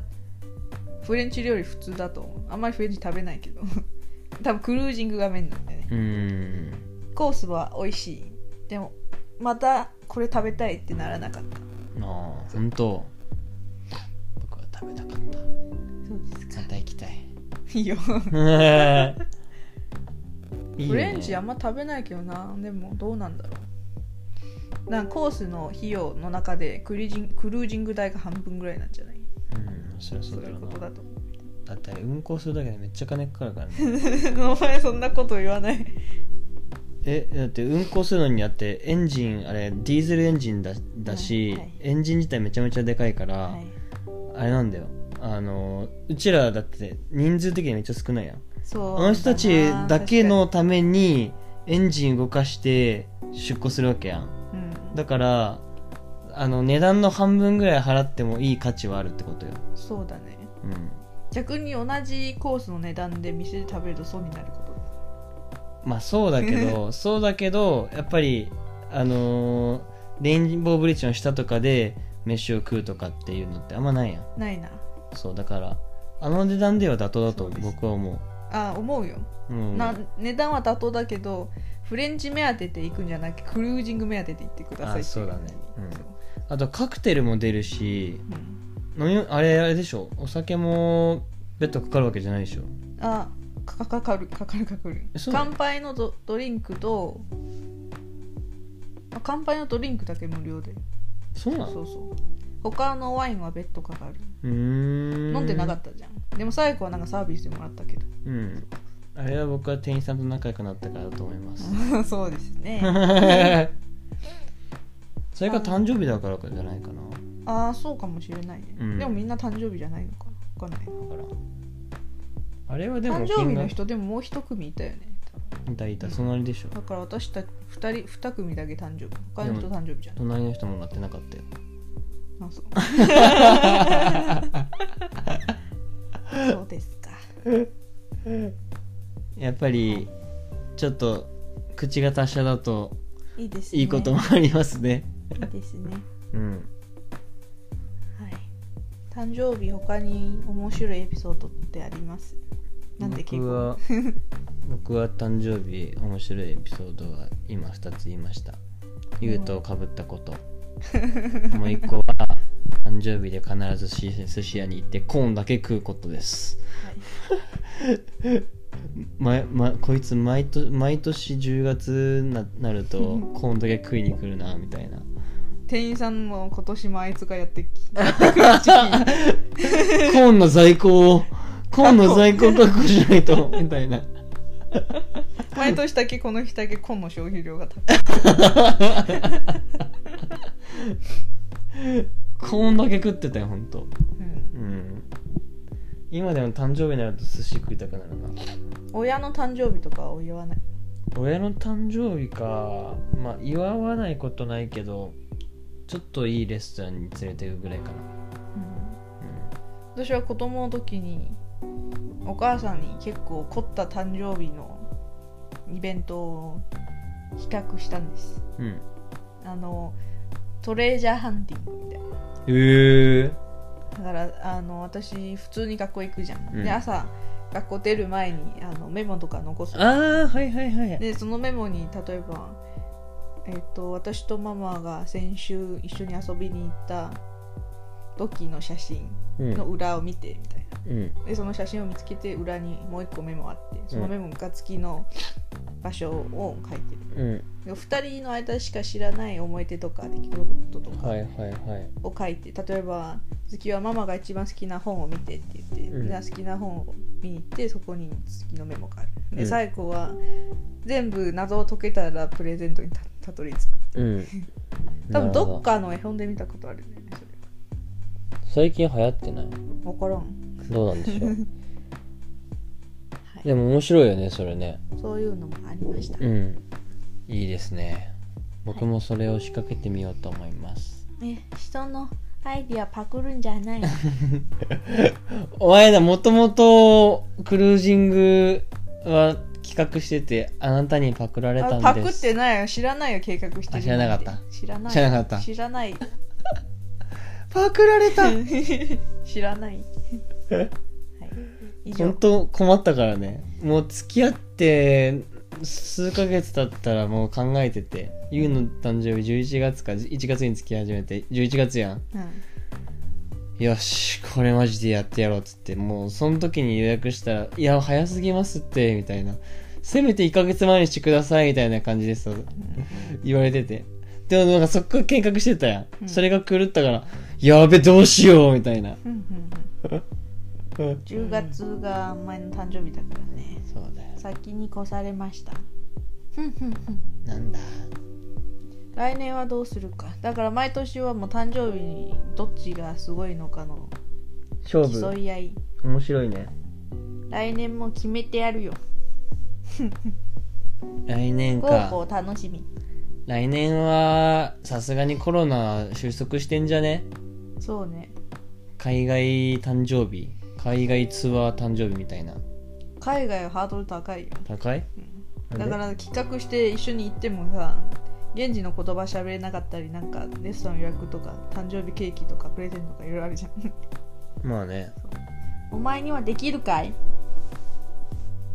Speaker 1: フレンチ料理普通だと思うあんまりフレンチ食べないけど 多分クルージングがメインなんだよね
Speaker 2: うん
Speaker 1: コースは美味しいでもまたこれ食べたいってならなかった
Speaker 2: ああ本当僕は食べたかった
Speaker 1: そうです
Speaker 2: また行きた い
Speaker 1: いいよ
Speaker 2: いいよ
Speaker 1: フ
Speaker 2: ね
Speaker 1: レンチあんま食べないけどなでもどうなんだろうなんかコースの費用の中でクルージンクルージング代が半分ぐらいなんじゃない
Speaker 2: うんそりゃそ
Speaker 1: そうう
Speaker 2: だ
Speaker 1: い
Speaker 2: ろ
Speaker 1: う
Speaker 2: う
Speaker 1: こ
Speaker 2: な
Speaker 1: とだと 思う
Speaker 2: だって運行するだけでめっちゃ金かかるからね
Speaker 1: お前そんなこと言わない
Speaker 2: えだって運行するのにあってエンジンあれディーゼルエンジンだだし、
Speaker 1: はいはい
Speaker 2: エンジン自体めちゃめちゃでかいから、
Speaker 1: はい
Speaker 2: あれなんだよあのうちらだって人数的にめっちゃ少ないやん
Speaker 1: そう
Speaker 2: あの人たちだけのためにエンジン動かして出庫するわけやん
Speaker 1: だな確かに
Speaker 2: だからあの値段の半分ぐらい払ってもいい価値はあるってことよ
Speaker 1: そうだね
Speaker 2: うん
Speaker 1: 逆に同じコースの値段で店で食べると損になること
Speaker 2: まあそうだけ どそうだけどやっぱりあのーレインボーブリッジの下とかで飯を食うとかっていうのってあんまないやん
Speaker 1: ないな
Speaker 2: そうだからあの値段では妥当だと
Speaker 1: そうです
Speaker 2: 僕は思
Speaker 1: あ思うよ、
Speaker 2: ううん
Speaker 1: な値段は妥当だけどフレンチ目当てで行くんじゃなくてクルージング目当てで行ってくださいってい
Speaker 2: あそうだねうん
Speaker 1: そう
Speaker 2: あとカクテルも出るし
Speaker 1: うん
Speaker 2: 飲みあれあれでしょお酒も別途かかるわけじゃないでしょ
Speaker 1: あかかかかるかかるかかる
Speaker 2: えそうなの
Speaker 1: 乾杯のドドリンクとあ乾杯のドリンクだけ無料で
Speaker 2: そうなの
Speaker 1: そうそう他のワインは別途かかる
Speaker 2: うーん
Speaker 1: 飲んでなか
Speaker 2: た
Speaker 1: ったじゃんでも最後はなんかサービスでもらったけど
Speaker 2: うんあれは僕は店員さんと仲良くなったからだと思います
Speaker 1: そうですね
Speaker 2: それが誕生日だからかじゃないかなだ
Speaker 1: ああそうかもしれないね、
Speaker 2: うん
Speaker 1: でもみんな誕生日じゃないのかわかんない
Speaker 2: からあれはでも
Speaker 1: 誕生日の
Speaker 2: 金
Speaker 1: 人でももう一組いたよね
Speaker 2: 額いたいた隣でしょ
Speaker 1: だから私たち2人二組だけ誕生日他の人誕生日じゃん
Speaker 2: 隣の人もなってなかったよ
Speaker 1: あそう そうですか
Speaker 2: やっぱりちょっと口が達者だと
Speaker 1: いいですね
Speaker 2: いいこともありますね
Speaker 1: いいですね
Speaker 2: うん
Speaker 1: はい誕生日他に面白いエピソードってありますなんで結
Speaker 2: 僕
Speaker 1: 構
Speaker 2: は 僕は誕生日面白いエピソードは今2つ言いました言うとかぶったこと もう1個は誕生日で必ず寿司寿司屋に行ってコーンだけ食うことです
Speaker 1: はい
Speaker 2: まま、こいつ毎年毎年10月な なると
Speaker 1: うん
Speaker 2: コーンだけ食いに来るなみたいな
Speaker 1: 店員さんも今年もあいつがやってき
Speaker 2: コーンの在庫をコーンの在庫を確保しないとみたいな
Speaker 1: 毎年だけこの日だけコンの消費量が高い
Speaker 2: コーンだけ食ってたよほんと
Speaker 1: うん
Speaker 2: うん今でも誕生日になると寿司食いたくなるな
Speaker 1: 親の誕生日とかは言わない
Speaker 2: 親の誕生日かまあ祝わないことないけどちょっといいレストランに連れて行くぐらいか
Speaker 1: うん
Speaker 2: な、
Speaker 1: 私は子供の時にお母さんに結構凝った誕生日のイベントを比較したんです
Speaker 2: うん、うん、
Speaker 1: あのトレジャーハンティングみたいな
Speaker 2: ええ
Speaker 1: だからあの私普通に学校行くじゃん、
Speaker 2: うん
Speaker 1: で朝学校出る前にあのメモとか残す
Speaker 2: ああはいはいはい
Speaker 1: でそのメモに例えば、えっと私とママが先週一緒に遊びに行った時の写真
Speaker 2: うん
Speaker 1: の裏を見てみたいな
Speaker 2: うん
Speaker 1: でその写真を見つけて裏にもう一個メモあってそのメモが付きの場所を書いてる
Speaker 2: うん
Speaker 1: で2人の間しか知らない思い出とか出来事とか
Speaker 2: はいはいはい
Speaker 1: を書いて例えば月はママが一番好きな本を見てって言って、
Speaker 2: うん
Speaker 1: じゃあ好きな本を見に行ってそこに月のメモがあるで、
Speaker 2: うん
Speaker 1: 最後は全部謎を解けたらプレゼントにたたどり着く
Speaker 2: うん
Speaker 1: 多分どっかの絵本で見たことあるよねそれ
Speaker 2: 最近流行ってない
Speaker 1: 分からん、
Speaker 2: どうなんでしょう
Speaker 1: はい、
Speaker 2: でも面白いよねそれね
Speaker 1: そういうのもありました、
Speaker 2: うんいいですね僕もそれを仕掛けてみようと思います
Speaker 1: ね人のアイディアパクるんじゃない
Speaker 2: お前らもともとクルージングは企画しててあなたにパクられたんです
Speaker 1: パクってないよ知らないよ計画して
Speaker 2: あ
Speaker 1: る
Speaker 2: 知らなん
Speaker 1: て
Speaker 2: かっ
Speaker 1: 知らない
Speaker 2: 知らなかった
Speaker 1: 知ら ない
Speaker 2: パクられた
Speaker 1: 知らないはい以上
Speaker 2: 本当困ったからねもう付き合って数ヶ月経ったらもう考えててゆうの誕生日11月か1月に付き合い始めて11月やん
Speaker 1: うん
Speaker 2: よしこれマジでやってやろうっつってもうその時に予約したら「いや早すぎますって」みたいな「せめて1ヶ月前にしてください」みたいな感じでさ言われててでもなんかそっから計画してたやん、
Speaker 1: うん
Speaker 2: それが狂ったから「やべどうしよう」みたいな、
Speaker 1: うんうん
Speaker 2: そう
Speaker 1: うん10月が前の誕生日だからね
Speaker 2: だよ
Speaker 1: 先に越されましたふんふんふん
Speaker 2: なんだ
Speaker 1: 来年はどうするかだから毎年はもう誕生日にどっちがすごいのかの
Speaker 2: 勝
Speaker 1: 競
Speaker 2: 負
Speaker 1: い合い
Speaker 2: 面白いね
Speaker 1: 来年も決めてやるよ
Speaker 2: 来年
Speaker 1: 豪華
Speaker 2: か
Speaker 1: を楽しみ
Speaker 2: 来年はさすがにコロナ収束してんじゃね
Speaker 1: そうね
Speaker 2: 海外誕生日海外ツアー誕生日みたいな
Speaker 1: 海外はハードル高いよ
Speaker 2: 高いあれ
Speaker 1: だから企画して一緒に行ってもさ現地の言葉喋れなかったりなんかレストラン予約とか誕生日ケーキとかプレゼントとかいろいろあるじゃん
Speaker 2: まあね
Speaker 1: お前にはできるかい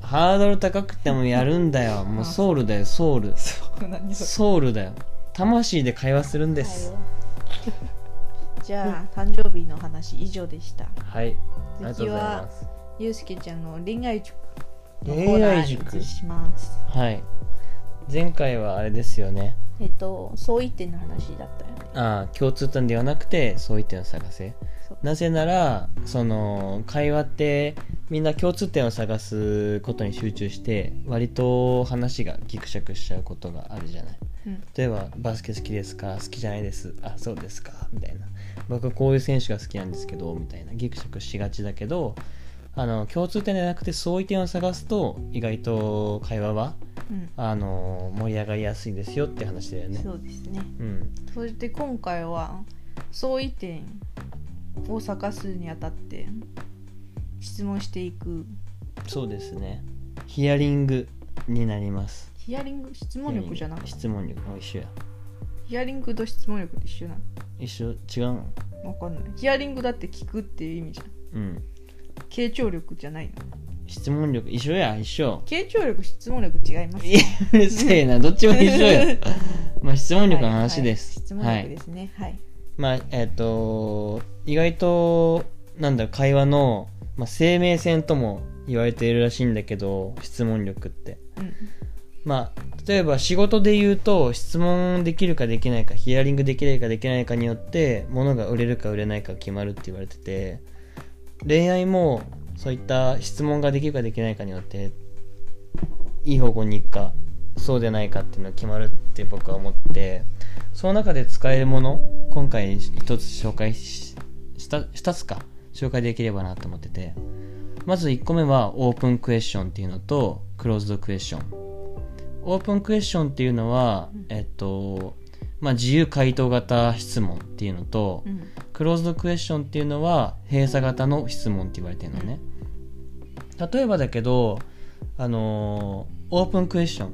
Speaker 2: ハードル高くてもやるんだよもうソウルだよソウル
Speaker 1: そう 何そ
Speaker 2: ソウルだよ魂で会話するんで
Speaker 1: れ
Speaker 2: す
Speaker 1: じゃあ誕生日の話以上でした
Speaker 2: はいありがとう
Speaker 1: 次
Speaker 2: ござい
Speaker 1: は
Speaker 2: ます
Speaker 1: ゆうすけちゃんの恋愛塾のコー
Speaker 2: 恋
Speaker 1: ナ
Speaker 2: 愛
Speaker 1: ー
Speaker 2: 塾
Speaker 1: に移します
Speaker 2: はい前回はあれですよね
Speaker 1: えっと相違点の話だったよね
Speaker 2: ああ共通点ではなくて相違点を探せ
Speaker 1: そう
Speaker 2: なぜならその会話ってみんな共通点を探すことに集中して割と話がギクシャクしちゃうことがあるじゃない
Speaker 1: うん
Speaker 2: 例えばバスケ好きですか好きじゃないですあそうですかみたいな僕はこういう選手が好きなんですけどみたいなギクシャクしがちだけどあの共通点じゃなくて相違点を探すと意外と会話は
Speaker 1: うん
Speaker 2: あの盛り上がりやすいですよって話だよね
Speaker 1: そうですね
Speaker 2: うん
Speaker 1: そして今回は相違点を探すにあたって質問していく
Speaker 2: そうですねヒアリングになります
Speaker 1: ヒアリング質問力じゃなくて
Speaker 2: 質問力も一緒や
Speaker 1: ヒアリングと質問力って一緒な
Speaker 2: 一緒違うの
Speaker 1: のわかんないヒアリングだって聞くっていう意味じゃん
Speaker 2: うん
Speaker 1: 傾聴力じゃないの
Speaker 2: 質問力一緒や一緒
Speaker 1: 傾聴力質問力違います
Speaker 2: いやうるせえなどっちも一 緒やまあ質問力の話です
Speaker 1: はいはい質問力ですねはい、
Speaker 2: まあえっ、と意外となんだろう会話の、まあ、生命線とも言われているらしいんだけど質問力って
Speaker 1: うん
Speaker 2: まあ例えば仕事で言うと質問できるかできないかヒアリングできるかできないかによって物が売れるか売れないか決まるって言われてて恋愛もそういった質問ができるかできないかによっていい方向に行くかそうでないかっていうのが決まるって僕は思ってその中で使えるもの今回一つ紹介ししたしたつか紹介できればなと思っててまず1個目はオープンクエスチョンっていうのとクローズドクエスチョンオープンクエスチョンっていうのは
Speaker 1: うん、
Speaker 2: えっとまあ、自由回答型質問っていうのと、
Speaker 1: うん
Speaker 2: クローズドクエスチョンっていうのは閉鎖型の質問って言われてるのね、例えばだけどあのーオープンクエスチョン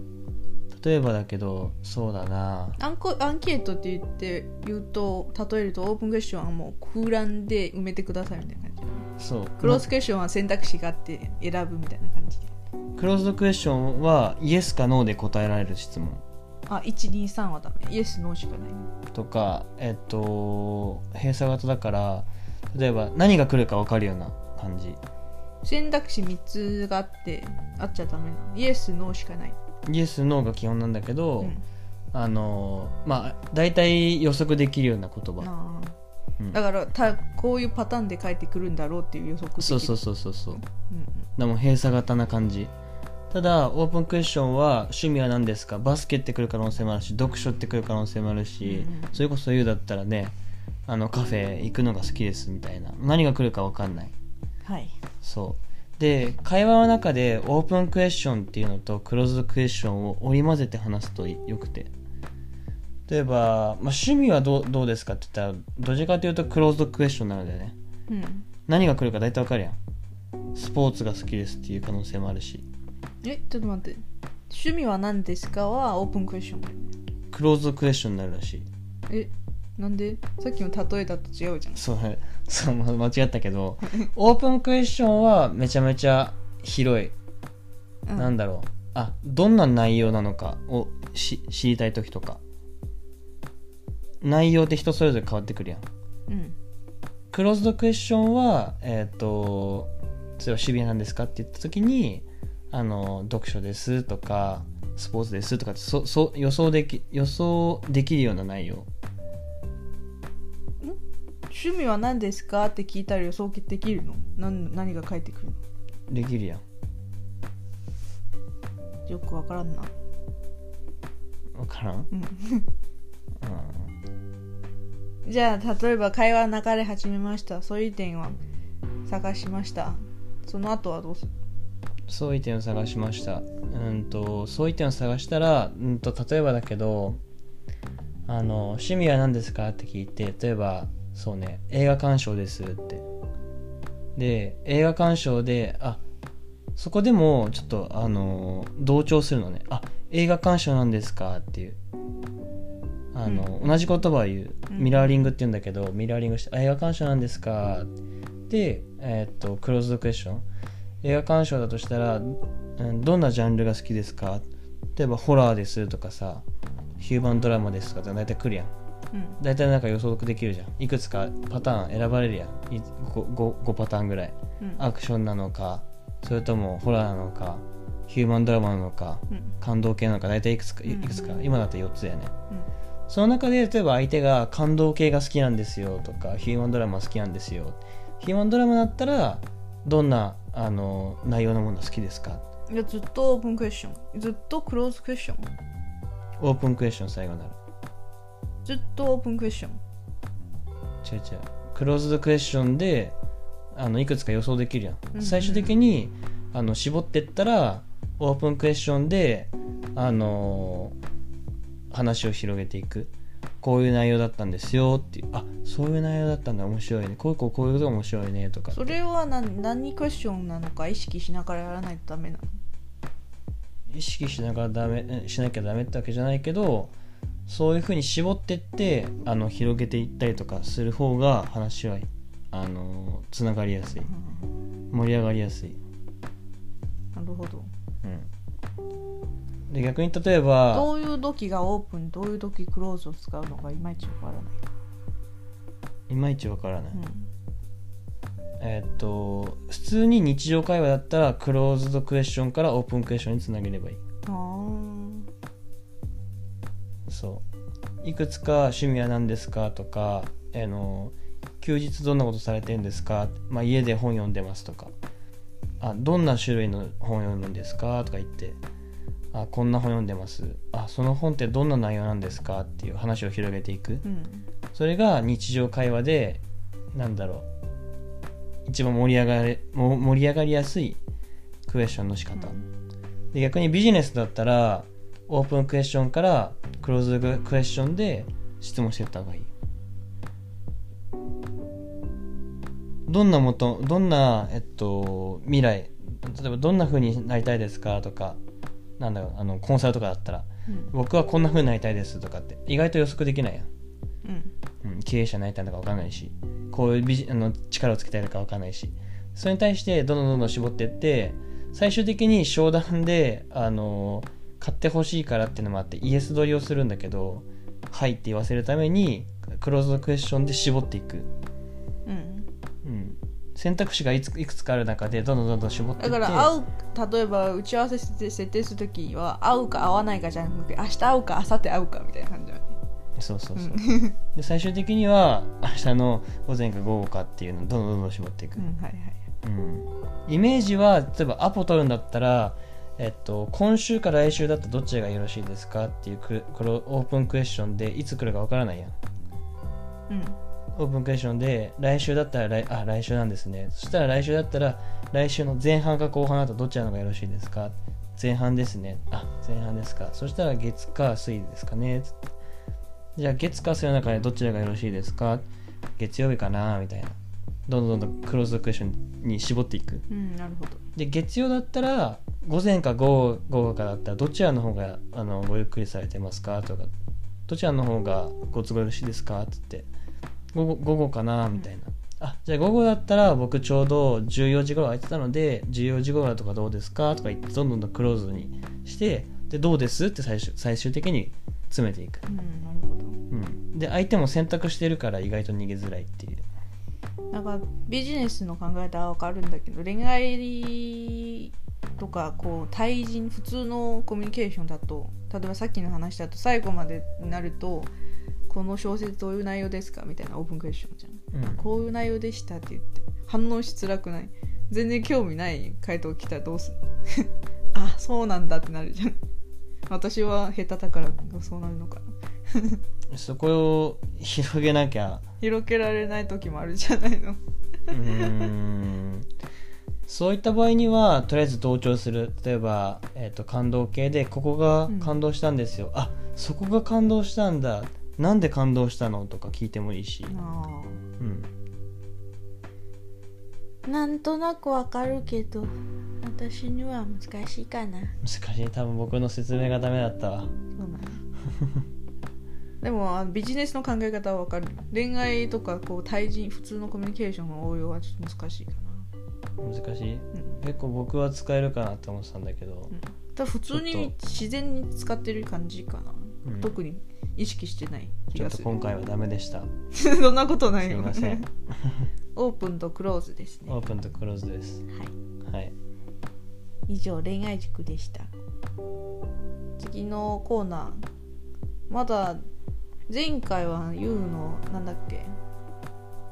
Speaker 2: 例えばだけどそうだな
Speaker 1: アンコアンケートって言って言うと例えるとオープンクエスチョンはもう空欄で埋めてくださいみたいな感じ
Speaker 2: そう
Speaker 1: クローズクエスチョンは選択肢があって選ぶみたいな感じで
Speaker 2: まクローズドクエスチョンはイエスかノーで答えられる質問
Speaker 1: あ123はダメイエスノーしかない
Speaker 2: とかえっと閉鎖型だから例えば何が来るか分かるような感じ
Speaker 1: 選択肢3つがあってあっちゃダメなのイエスノーしかない
Speaker 2: イエスノーが基本なんだけど、
Speaker 1: うん
Speaker 2: あのーまあ大体予測できるような言葉
Speaker 1: なあ
Speaker 2: うん
Speaker 1: だからたこういうパターンで書いてくるんだろうっていう予測、
Speaker 2: そうそううそうそうそう
Speaker 1: うんうん、
Speaker 2: でも閉鎖型な感じただオープンクエスチョンは趣味は何ですかバスケってくる可能性もあるし読書ってくる可能性もあるし、
Speaker 1: うんうん
Speaker 2: それこそ YOU だったらねあのカフェ行くのが好きですみたいな何が来るか分かんない
Speaker 1: はい
Speaker 2: そうで会話の中でオープンクエスチョンっていうのとクローズドクエスチョンを織り交ぜて話すとよくて例えば、まあ、趣味はどうどうですかって言ったらどっちかというとクローズドクエスチョンなのでね
Speaker 1: うん
Speaker 2: 何が来るか大体わかるやんスポーツが好きですっていう可能性もあるし
Speaker 1: えちょっと待って趣味は何ですかはオープンクエスチョンだよね
Speaker 2: クローズドクエスチョンになるらしい
Speaker 1: えなんでさっきの例えだと違うじゃん
Speaker 2: そうそうま間違ったけど オープンクエスチョンはめちゃめちゃ広い、
Speaker 1: うん
Speaker 2: なんだろうあどんな内容なのかをし知りたい時とか内容って人それぞれ変わってくるやん
Speaker 1: うん
Speaker 2: クローズドクエスチョンはえっ、とそれは渋谷なんですかって言った時にあの読書ですとかスポーツですとかそそ予想でき予想できるような内容
Speaker 1: 趣味は何ですかって聞いたら予想できるの何何が返ってくる
Speaker 2: できるやん
Speaker 1: のよくわからんな、
Speaker 2: 分からん、
Speaker 1: うん、
Speaker 2: うん、
Speaker 1: じゃあ例えば会話流れ始めましたそういう点は探しましたその後はどうする
Speaker 2: 相違点を探しましたうんと相違点を探したらうんと例えばだけどあの趣味は何ですかって聞いて例えばそうね映画鑑賞ですってで映画鑑賞であそこでもちょっとあの同調するのねあ映画鑑賞なんですかっていうあの、同じ言葉を言う
Speaker 1: うん
Speaker 2: ミラーリングって言うんだけど、ミラーリングしてあ映画鑑賞なんですかでえーっとクローズドクエスチョン映画鑑賞だとしたら、うん、どんなジャンルが好きですか例えばホラーですとかさヒューマンドラマですとかって大体来るやん
Speaker 1: うん
Speaker 2: 大体なんか予想できるじゃんいくつかパターン選ばれるやん 5, パターンぐらい
Speaker 1: うん
Speaker 2: アクションなのかそれともホラーなのかヒューマンドラマなのか
Speaker 1: うん
Speaker 2: 感動系なのか大体いくつかいいくつか今だったら4つやね
Speaker 1: うん
Speaker 2: その中で例えば相手が感動系が好きなんですよとかヒューマンドラマ好きなんですよヒューマンドラマだったらどんなあの内容のものが好きですか
Speaker 1: いやずっとオープンクエスチョンずっとクローズクエスチョン
Speaker 2: オープンクエスチョン最後なら
Speaker 1: ずっとオープンクエスチョン
Speaker 2: 違う違うクローズドクエスチョンであのいくつか予想できるやん、
Speaker 1: うんうん
Speaker 2: 最終的にあの絞ってったらオープンクエスチョンであのー話を広げていくこういう内容だったんですよっていうあそういう内容だったんだ面白いねこうこうこういうことが面白いねとか
Speaker 1: それは何何クエスチョンなのか意識しながらやらないとダメなの
Speaker 2: 意識しながらダメえしなきゃダメってわけじゃないけどそういうふうに絞ってってあの広げていったりとかする方が話はあのつながりやすい盛り上がりやすい
Speaker 1: なるほど
Speaker 2: うん、で逆に例えば
Speaker 1: どういう時がオープンどういう時クローズを使うのかいまいちわからない、
Speaker 2: いまいちわからない、
Speaker 1: うん
Speaker 2: えーっと普通に日常会話だったらクローズドクエスチョンからオープンクエスチョンにつなげればいい
Speaker 1: あ
Speaker 2: そういくつか趣味は何ですかとか、あの休日どんなことされてるんですか、まあ、家で本読んでますとかあどんな種類の本読むんですかとか言ってあこんな本読んでますあその本ってどんな内容なんですかっていう話を広げていく
Speaker 1: ーうん
Speaker 2: それが日常会話でなんだろう一番盛り上がれも盛り上がりやすいクエスチョンの仕方、で逆にビジネスだったらオープンクエスチョンからクローズドクエスチョンで質問してった方がいいどんなもとどんな、えっと、未来例えばどんな風になりたいですかとかなんだろうあのコンサルとかだったら
Speaker 1: うん
Speaker 2: 僕はこんな風になりたいですとかって意外と予測できないやん
Speaker 1: うん
Speaker 2: うん、経営者になりたいのか分かんないしこういうビジあの力をつけたいのか分かんないしそれに対してどんどんどんどん絞っていって最終的に商談であの買ってほしいからっていうのもあってイエス取りをするんだけど「はい」って言わせるためにクローズドクエスチョンで絞っていく、
Speaker 1: うん
Speaker 2: うん、選択肢がいついくつかある中でどんどんどんどん絞ってい
Speaker 1: だ
Speaker 2: って
Speaker 1: から会う例えば打ち合わせして設定するときは会うか会わないかじゃなくて明日会うか明後日会うかみたいな感じだよね
Speaker 2: そうそうそう、で最終的には明日の午前か午後かっていうのをどんどんどんどん絞っていく、
Speaker 1: うんはいはい
Speaker 2: うんイメージは例えばアポ取るんだったら、えっと、今週か来週だったらどっちがよろしいですかっていうクこのオープンクエスチョンでいつ来るかわからないやん
Speaker 1: うん
Speaker 2: オープンクエスチョンで来週だったら来あ来週なんですねそしたら来週だったら来週の前半か後半だとどっちなのがよろしいですか前半ですねあ前半ですかそしたら月か水ですかねつってじゃあ月か水の中でどちらがよろしいですか月曜日かなみたいなどんどんどんどんクローズドクエスチョンに絞っていく
Speaker 1: うんなるほど
Speaker 2: で月曜だったら午前か午後午後かだったらどちらの方があのごゆっくりされてますかとかどちらの方がご都合よろしいですかって言って午後午後かなみたいな、あじゃあ午後だったら僕ちょうど14時頃空いてたので14時頃とかどうですかとか言ってどんどんどんクローズにしてでどうですって最終最終的に詰めていく、
Speaker 1: うんなるほど
Speaker 2: うん、で相手も選択してるから意外と逃げづらいっていう
Speaker 1: なんかビジネスの考え方はわかるんだけど恋愛とかこう対人普通のコミュニケーションだと例えばさっきの話だと最後までになるとこの小説どういう内容ですかみたいなオープンクエスチョンじゃん
Speaker 2: うん
Speaker 1: こういう内容でしたって言って反応しづらくない全然興味ない回答来たらどうすんの あそうなんだってなるじゃん私は下手だからそうなるのかな
Speaker 2: そこを広げなきゃ
Speaker 1: 広げられない時もあるじゃないの
Speaker 2: うーんそういった場合にはとりあえず同調する例えば、えっと感動系でここが感動したんですよ、あそこが感動したんだなんで感動したのとか聞いてもいいし、
Speaker 1: あ
Speaker 2: うん、
Speaker 1: あなんとなくわかるけど私には難しいかな
Speaker 2: 難しい多分僕の説明がダメだったわ
Speaker 1: そうなん でもあのビジネスの考え方はわかる恋愛とかこう対人普通のコミュニケーションの応用はちょっと難しいか
Speaker 2: 難しい
Speaker 1: な、うん
Speaker 2: 結構僕は使えるかなって思ってたんだけど、
Speaker 1: ただ普通
Speaker 2: ちょっ
Speaker 1: に自然に使ってる感じかな、
Speaker 2: うん
Speaker 1: 特に意識してない気
Speaker 2: ちょ
Speaker 1: が
Speaker 2: っと
Speaker 1: す
Speaker 2: 今回はダメでした
Speaker 1: る そんなことない
Speaker 2: すい
Speaker 1: よ
Speaker 2: ません
Speaker 1: オープンとクローズですね
Speaker 2: オ
Speaker 1: は
Speaker 2: ープンとクローズですはい
Speaker 1: い以上恋愛塾でした次のコーナーまだ前回は YOU のなんだっけ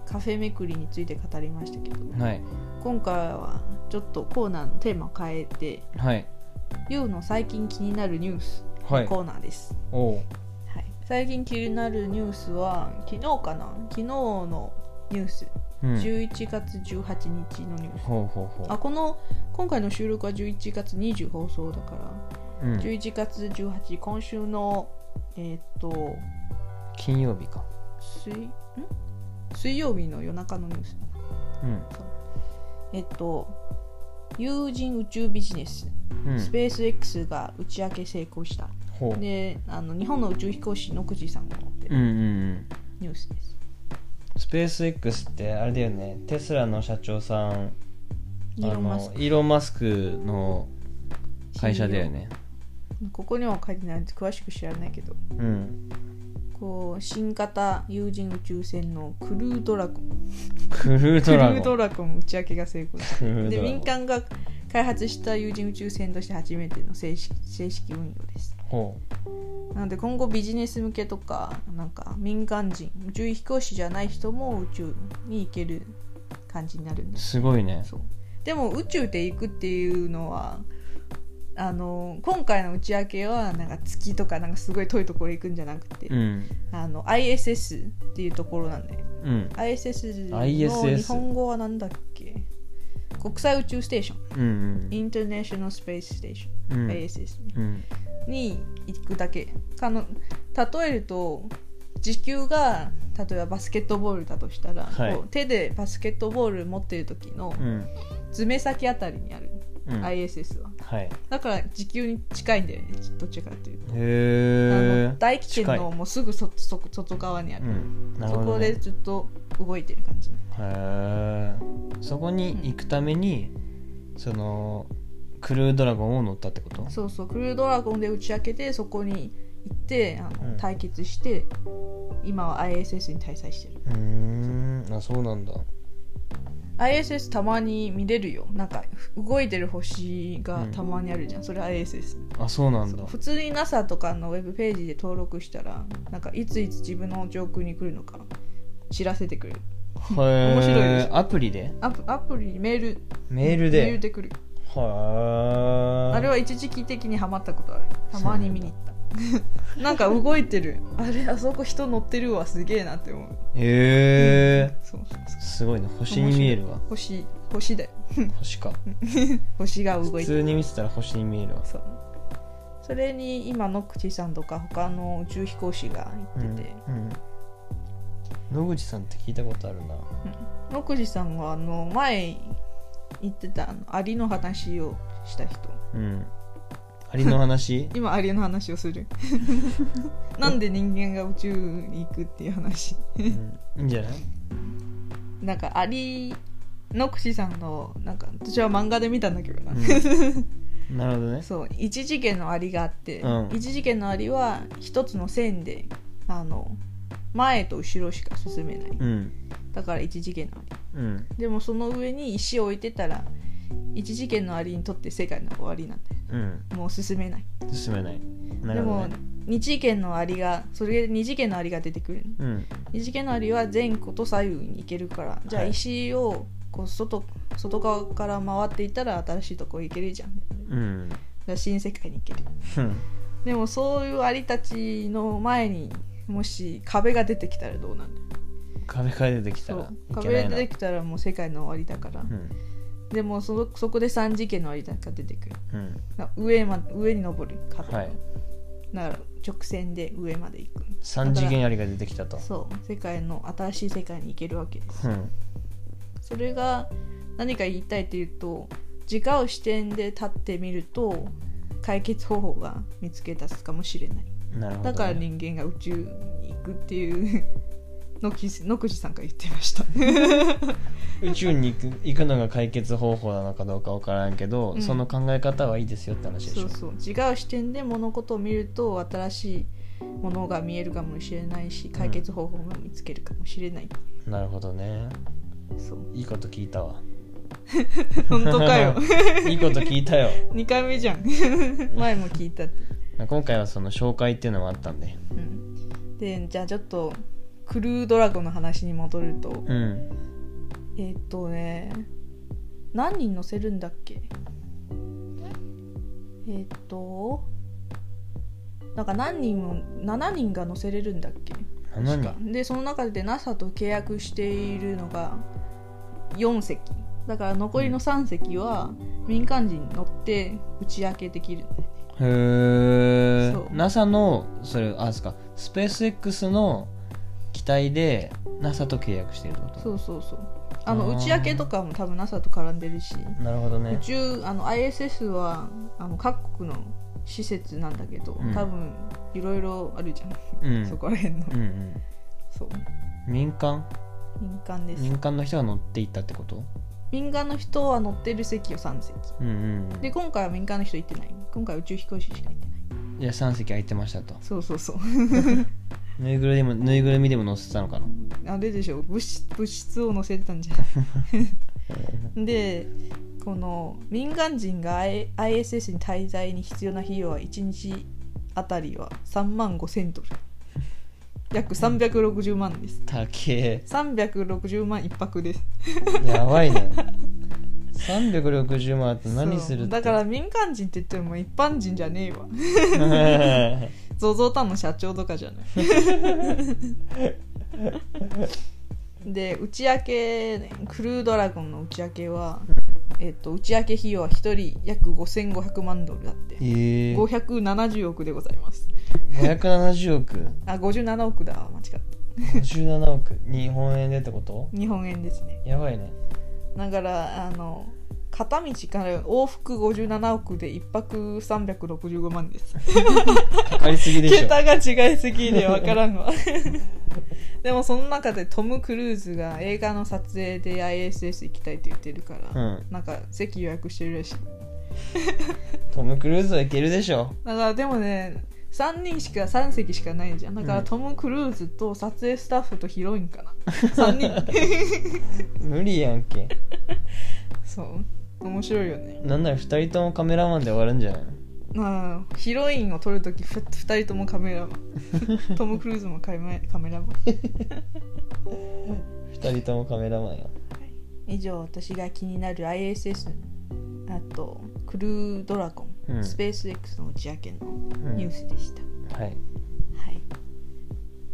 Speaker 1: カフェめくりについて語りましたけど
Speaker 2: はい
Speaker 1: 今回はちょっとコーナーのテーマを変えて
Speaker 2: はい
Speaker 1: YOU の最近気になるニュース
Speaker 2: はい
Speaker 1: コーナーです、
Speaker 2: おお
Speaker 1: はい、最近気になるニュースは昨日かな昨日のニュース、
Speaker 2: う、うん、
Speaker 1: 11月18日のニュース
Speaker 2: ほうほうほ
Speaker 1: あこの今回の収録は11月20放送だから、
Speaker 2: う、うん、
Speaker 1: 11月18今週のえーっと
Speaker 2: 金曜日か
Speaker 1: 水ん水曜日の夜中のニュース
Speaker 2: うん、
Speaker 1: えっと有人宇宙ビジネス、
Speaker 2: う
Speaker 1: ス
Speaker 2: ん、
Speaker 1: ペース X が打ち上げ成功した
Speaker 2: ほう
Speaker 1: であの日本の宇宙飛行士野口さんが乗って
Speaker 2: うんう
Speaker 1: る
Speaker 2: んうん
Speaker 1: ニュースです、
Speaker 2: スペース X ってあれだよねテスラの社長さん
Speaker 1: イーロンマス
Speaker 2: あ
Speaker 1: ク
Speaker 2: のイーロン・マスクの会社だよね
Speaker 1: ここには書いてないんで詳しく知らないけど
Speaker 2: うん
Speaker 1: こう新型有人宇宙船のクルードラゴン
Speaker 2: クルー
Speaker 1: ク
Speaker 2: ド
Speaker 1: ル
Speaker 2: ラゴン
Speaker 1: ードラゴン打ち上げが成功し
Speaker 2: クル
Speaker 1: た
Speaker 2: ードラ
Speaker 1: で
Speaker 2: ゴン
Speaker 1: 民間が開発した有人宇宙船として初めての正式正式運用です
Speaker 2: ほ
Speaker 1: なので今後ビジネス向けとかなんか民間人宇宙飛行士じゃない人も宇宙に行ける感じになるん
Speaker 2: う
Speaker 1: です
Speaker 2: すごいね
Speaker 1: そうでも宇宙で行くっていうのはあの今回の打ち上げはなんか月とかなんかすごい遠いところ行くんじゃなくて、
Speaker 2: うん
Speaker 1: あの ISS っていうところなんで
Speaker 2: うん
Speaker 1: ISS の
Speaker 2: ISS
Speaker 1: 日本語はなんだっけ国際宇宙ステーション
Speaker 2: うん
Speaker 1: インターナショナルスペースステーシ
Speaker 2: う
Speaker 1: ョン、
Speaker 2: んうん
Speaker 1: ISS ね
Speaker 2: うん
Speaker 1: に行くだけかの例えると地球が例えばバスケットボールだとしたら、
Speaker 2: はい
Speaker 1: こう手でバスケットボール持ってる時の
Speaker 2: うん
Speaker 1: 爪先あたりにある、
Speaker 2: うんはい
Speaker 1: ISS は
Speaker 2: へ
Speaker 1: だから地球に近いんだよねどっちかっていうと、あ
Speaker 2: え
Speaker 1: の大気圏のもうすぐそそ外側にあ
Speaker 2: う
Speaker 1: る、
Speaker 2: んなる
Speaker 1: そ
Speaker 2: ほど
Speaker 1: こ
Speaker 2: ね
Speaker 1: でずっと動いてる感じ
Speaker 2: へえそこに行くためにそのクルードラゴンを乗ったってこと
Speaker 1: そうそうクルードラゴンで打ち明けてそこに行ってあの、
Speaker 2: うん
Speaker 1: 対決して今は ISS に滞在してる
Speaker 2: うーんあそうなんだ
Speaker 1: ISS たまに見れるよなんか動いてる星がたまにあるじゃん、それ ISS
Speaker 2: あそうなんだ
Speaker 1: 普通に NASA とかのウェブページで登録したらなんかいついつ自分の上空に来るのか知らせてくれる
Speaker 2: へ
Speaker 1: 面白いで
Speaker 2: え
Speaker 1: す
Speaker 2: アプリで
Speaker 1: アプアプリメール
Speaker 2: メー
Speaker 1: メー
Speaker 2: ル
Speaker 1: ル
Speaker 2: で
Speaker 1: で来る
Speaker 2: は
Speaker 1: あれは一時期的にハマったことあるたまに見に行ったなんか動いてるあれあそこ人乗ってるわすげえなって思う
Speaker 2: へえ
Speaker 1: そうそうそう
Speaker 2: すごいね星に見えるわ
Speaker 1: 星星だよ
Speaker 2: 星か
Speaker 1: 星が動
Speaker 2: 普
Speaker 1: いてる
Speaker 2: 通に見てたら星に見えるわ
Speaker 1: そうそれに今ノックチさんとか他の宇宙飛行士が
Speaker 2: う
Speaker 1: 行
Speaker 2: ん
Speaker 1: ってて、
Speaker 2: うん野口さんって聞いたことあるな
Speaker 1: ノックチさんはあの前言ってたあのアリの話をした人
Speaker 2: うんアリ の話
Speaker 1: 今アリの話をす るなんで人間が宇宙に行くっていう話
Speaker 2: うんいいんじゃない
Speaker 1: なんかアリノクシさんのなんか私は漫画で見たんだけどな、
Speaker 2: うんなるほどね
Speaker 1: そう一次元のアリがあって、
Speaker 2: うん
Speaker 1: 一次元のアリは一つの線であの前と後ろしか進めない、
Speaker 2: うん
Speaker 1: だから一次元のアリ
Speaker 2: うん
Speaker 1: でもその上に石を置いてたら一次元のアリにとって世界の終わりなんだよ
Speaker 2: うん
Speaker 1: もう進めない、
Speaker 2: 進めないな
Speaker 1: で
Speaker 2: るほど
Speaker 1: も
Speaker 2: ね
Speaker 1: 二次元のアリがそれで二次元のアリが出てくるの
Speaker 2: うん
Speaker 1: 二次元のアリは前後と左右に行けるからじゃあ
Speaker 2: はい
Speaker 1: 石をこう外外側から回っていったら新しいとこ行けるじゃんだか
Speaker 2: うん
Speaker 1: ら新世界に行ける
Speaker 2: うん
Speaker 1: でもそういうアリたちの前にもし壁が出てきたらどうなんだよ
Speaker 2: 壁から出てきたら
Speaker 1: そう
Speaker 2: いけな
Speaker 1: 壁
Speaker 2: い
Speaker 1: が
Speaker 2: な
Speaker 1: 出てきたらもう世界の終わりだから、
Speaker 2: うん
Speaker 1: でもそのそこで三次元のアリが出てくる
Speaker 2: うん
Speaker 1: な上ま上に登る壁の、
Speaker 2: はい
Speaker 1: だから直線で上まで行く
Speaker 2: 三次元ありが出てきたと
Speaker 1: そう世界の新しい世界に行けるわけです
Speaker 2: うん
Speaker 1: それが何か言いたいっていうと違う視点で立ってみると解決方法が見つけ出すかもしれない
Speaker 2: なるほど
Speaker 1: だ
Speaker 2: ね、
Speaker 1: から人間が宇宙に行くっていうのき野口さんが言ってました
Speaker 2: 宇宙に行く行くのが解決方法なのかどうかわからんけど、
Speaker 1: うん
Speaker 2: その考え方はいいですよって話でし
Speaker 1: そ
Speaker 2: ょ
Speaker 1: うそう違う視点で物事を見ると新しいものが見えるかもしれないし解決方法も見つけるかもしれない、
Speaker 2: なるほどね
Speaker 1: そう
Speaker 2: いいこと聞いたわ
Speaker 1: 本当かよ
Speaker 2: いいこと聞いたよ
Speaker 1: 2回目じ ゃん前も聞いたって、
Speaker 2: 今回はその紹介っていうのもあったんで
Speaker 1: うん、でじゃあちょっとクルードラゴンの話に戻ると
Speaker 2: うん
Speaker 1: えーっとね何人乗せるんだっけえーっとなんか何人も7人が乗せれるんだっけ
Speaker 2: 7
Speaker 1: 確か
Speaker 2: 人
Speaker 1: でその中で NASA と契約しているのが4隻だから残りの3隻は民間人乗って打ち明けできるんだよね
Speaker 2: へえ
Speaker 1: そう
Speaker 2: NASA のそれあですかスペース X の機体で NASA と契約しているってこと
Speaker 1: そうそうそうあの
Speaker 2: あー
Speaker 1: 打ち明けとかも多分 NASA と絡んでるし
Speaker 2: なるほど
Speaker 1: 宇
Speaker 2: ね
Speaker 1: 宙あの ISS はあの各国の施設なんだけど、
Speaker 2: うん
Speaker 1: 多分いろいろあるじゃん、
Speaker 2: うん
Speaker 1: そこら辺の、
Speaker 2: うんうん
Speaker 1: そう
Speaker 2: 民間
Speaker 1: 民間です
Speaker 2: 民間の人が乗っていったってこと
Speaker 1: 民間の人は乗ってる席を3席
Speaker 2: うんうん
Speaker 1: で今回は民間の人行ってない今回は宇宙飛行士しか行ってない
Speaker 2: いや3席空いてましたと
Speaker 1: そうそうそう
Speaker 2: ぬいぐるみもぬいぐるみでも乗せてたのかな
Speaker 1: あれでしょ物質物質を載せてたんじゃ ないでこの民間人が I- ISS に滞在に必要な費用は1日あたりは3万5千ドル約360万です
Speaker 2: たけ
Speaker 1: 360万一泊です
Speaker 2: え やばいね360万あって何する
Speaker 1: そ
Speaker 2: っ
Speaker 1: う
Speaker 2: て
Speaker 1: だ から民間人って言っても一般人じゃねえわ ZOZO タウンの社長とかじゃないで打ち明けねクルードラゴンの打ち明けは、えっと打ち明け費用は1人約5500万ドルだって
Speaker 2: ええ
Speaker 1: 570億でございます
Speaker 2: 570億
Speaker 1: あ57億だ間違った
Speaker 2: 57億日本円でってこと
Speaker 1: 日本円ですね
Speaker 2: やばいね
Speaker 1: だからあの片道から往復57億で1泊365万です
Speaker 2: かかりすぎでしょ
Speaker 1: 桁が違いすぎで分からん わでもその中でトム・クルーズが映画の撮影で ISS 行きたいって言ってるから、
Speaker 2: うん
Speaker 1: なんか席予約してるらしい
Speaker 2: トム・クルーズはいけるでしょ
Speaker 1: だからでもね3人しか3席しかないじゃんだか
Speaker 2: う
Speaker 1: ら
Speaker 2: ん
Speaker 1: トム・クルーズと撮影スタッフとヒロインかな 3人
Speaker 2: 無理やんけ
Speaker 1: そう面白いよね
Speaker 2: なんなら2人ともカメラマンで終わるんじゃないの
Speaker 1: まあヒロインを撮るとき2人ともカメラマ ントム・クルーズもカメカメラマン
Speaker 2: 2人ともカメラマンや
Speaker 1: 以上私が気になる ISS あとクルードラゴン、
Speaker 2: うん
Speaker 1: スペース X の打ち明けの
Speaker 2: うん
Speaker 1: ニュースでした、
Speaker 2: はい
Speaker 1: はい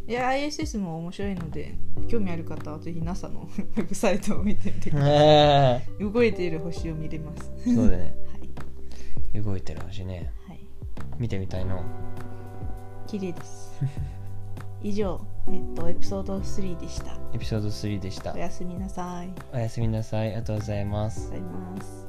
Speaker 1: いや ISS も面白いので興味ある方はぜひ NASA の ウェブサイトを見てみてくださ
Speaker 2: あ
Speaker 1: い動いている星を見れます
Speaker 2: ーそうだね
Speaker 1: はい
Speaker 2: 動いてるしね
Speaker 1: はい
Speaker 2: 見てみたいの
Speaker 1: 綺麗です 以上えっとエピソード3でした
Speaker 2: エピソード3でした
Speaker 1: おやすみなさいありがと
Speaker 2: おやすみなさいありがとうございます
Speaker 1: うございます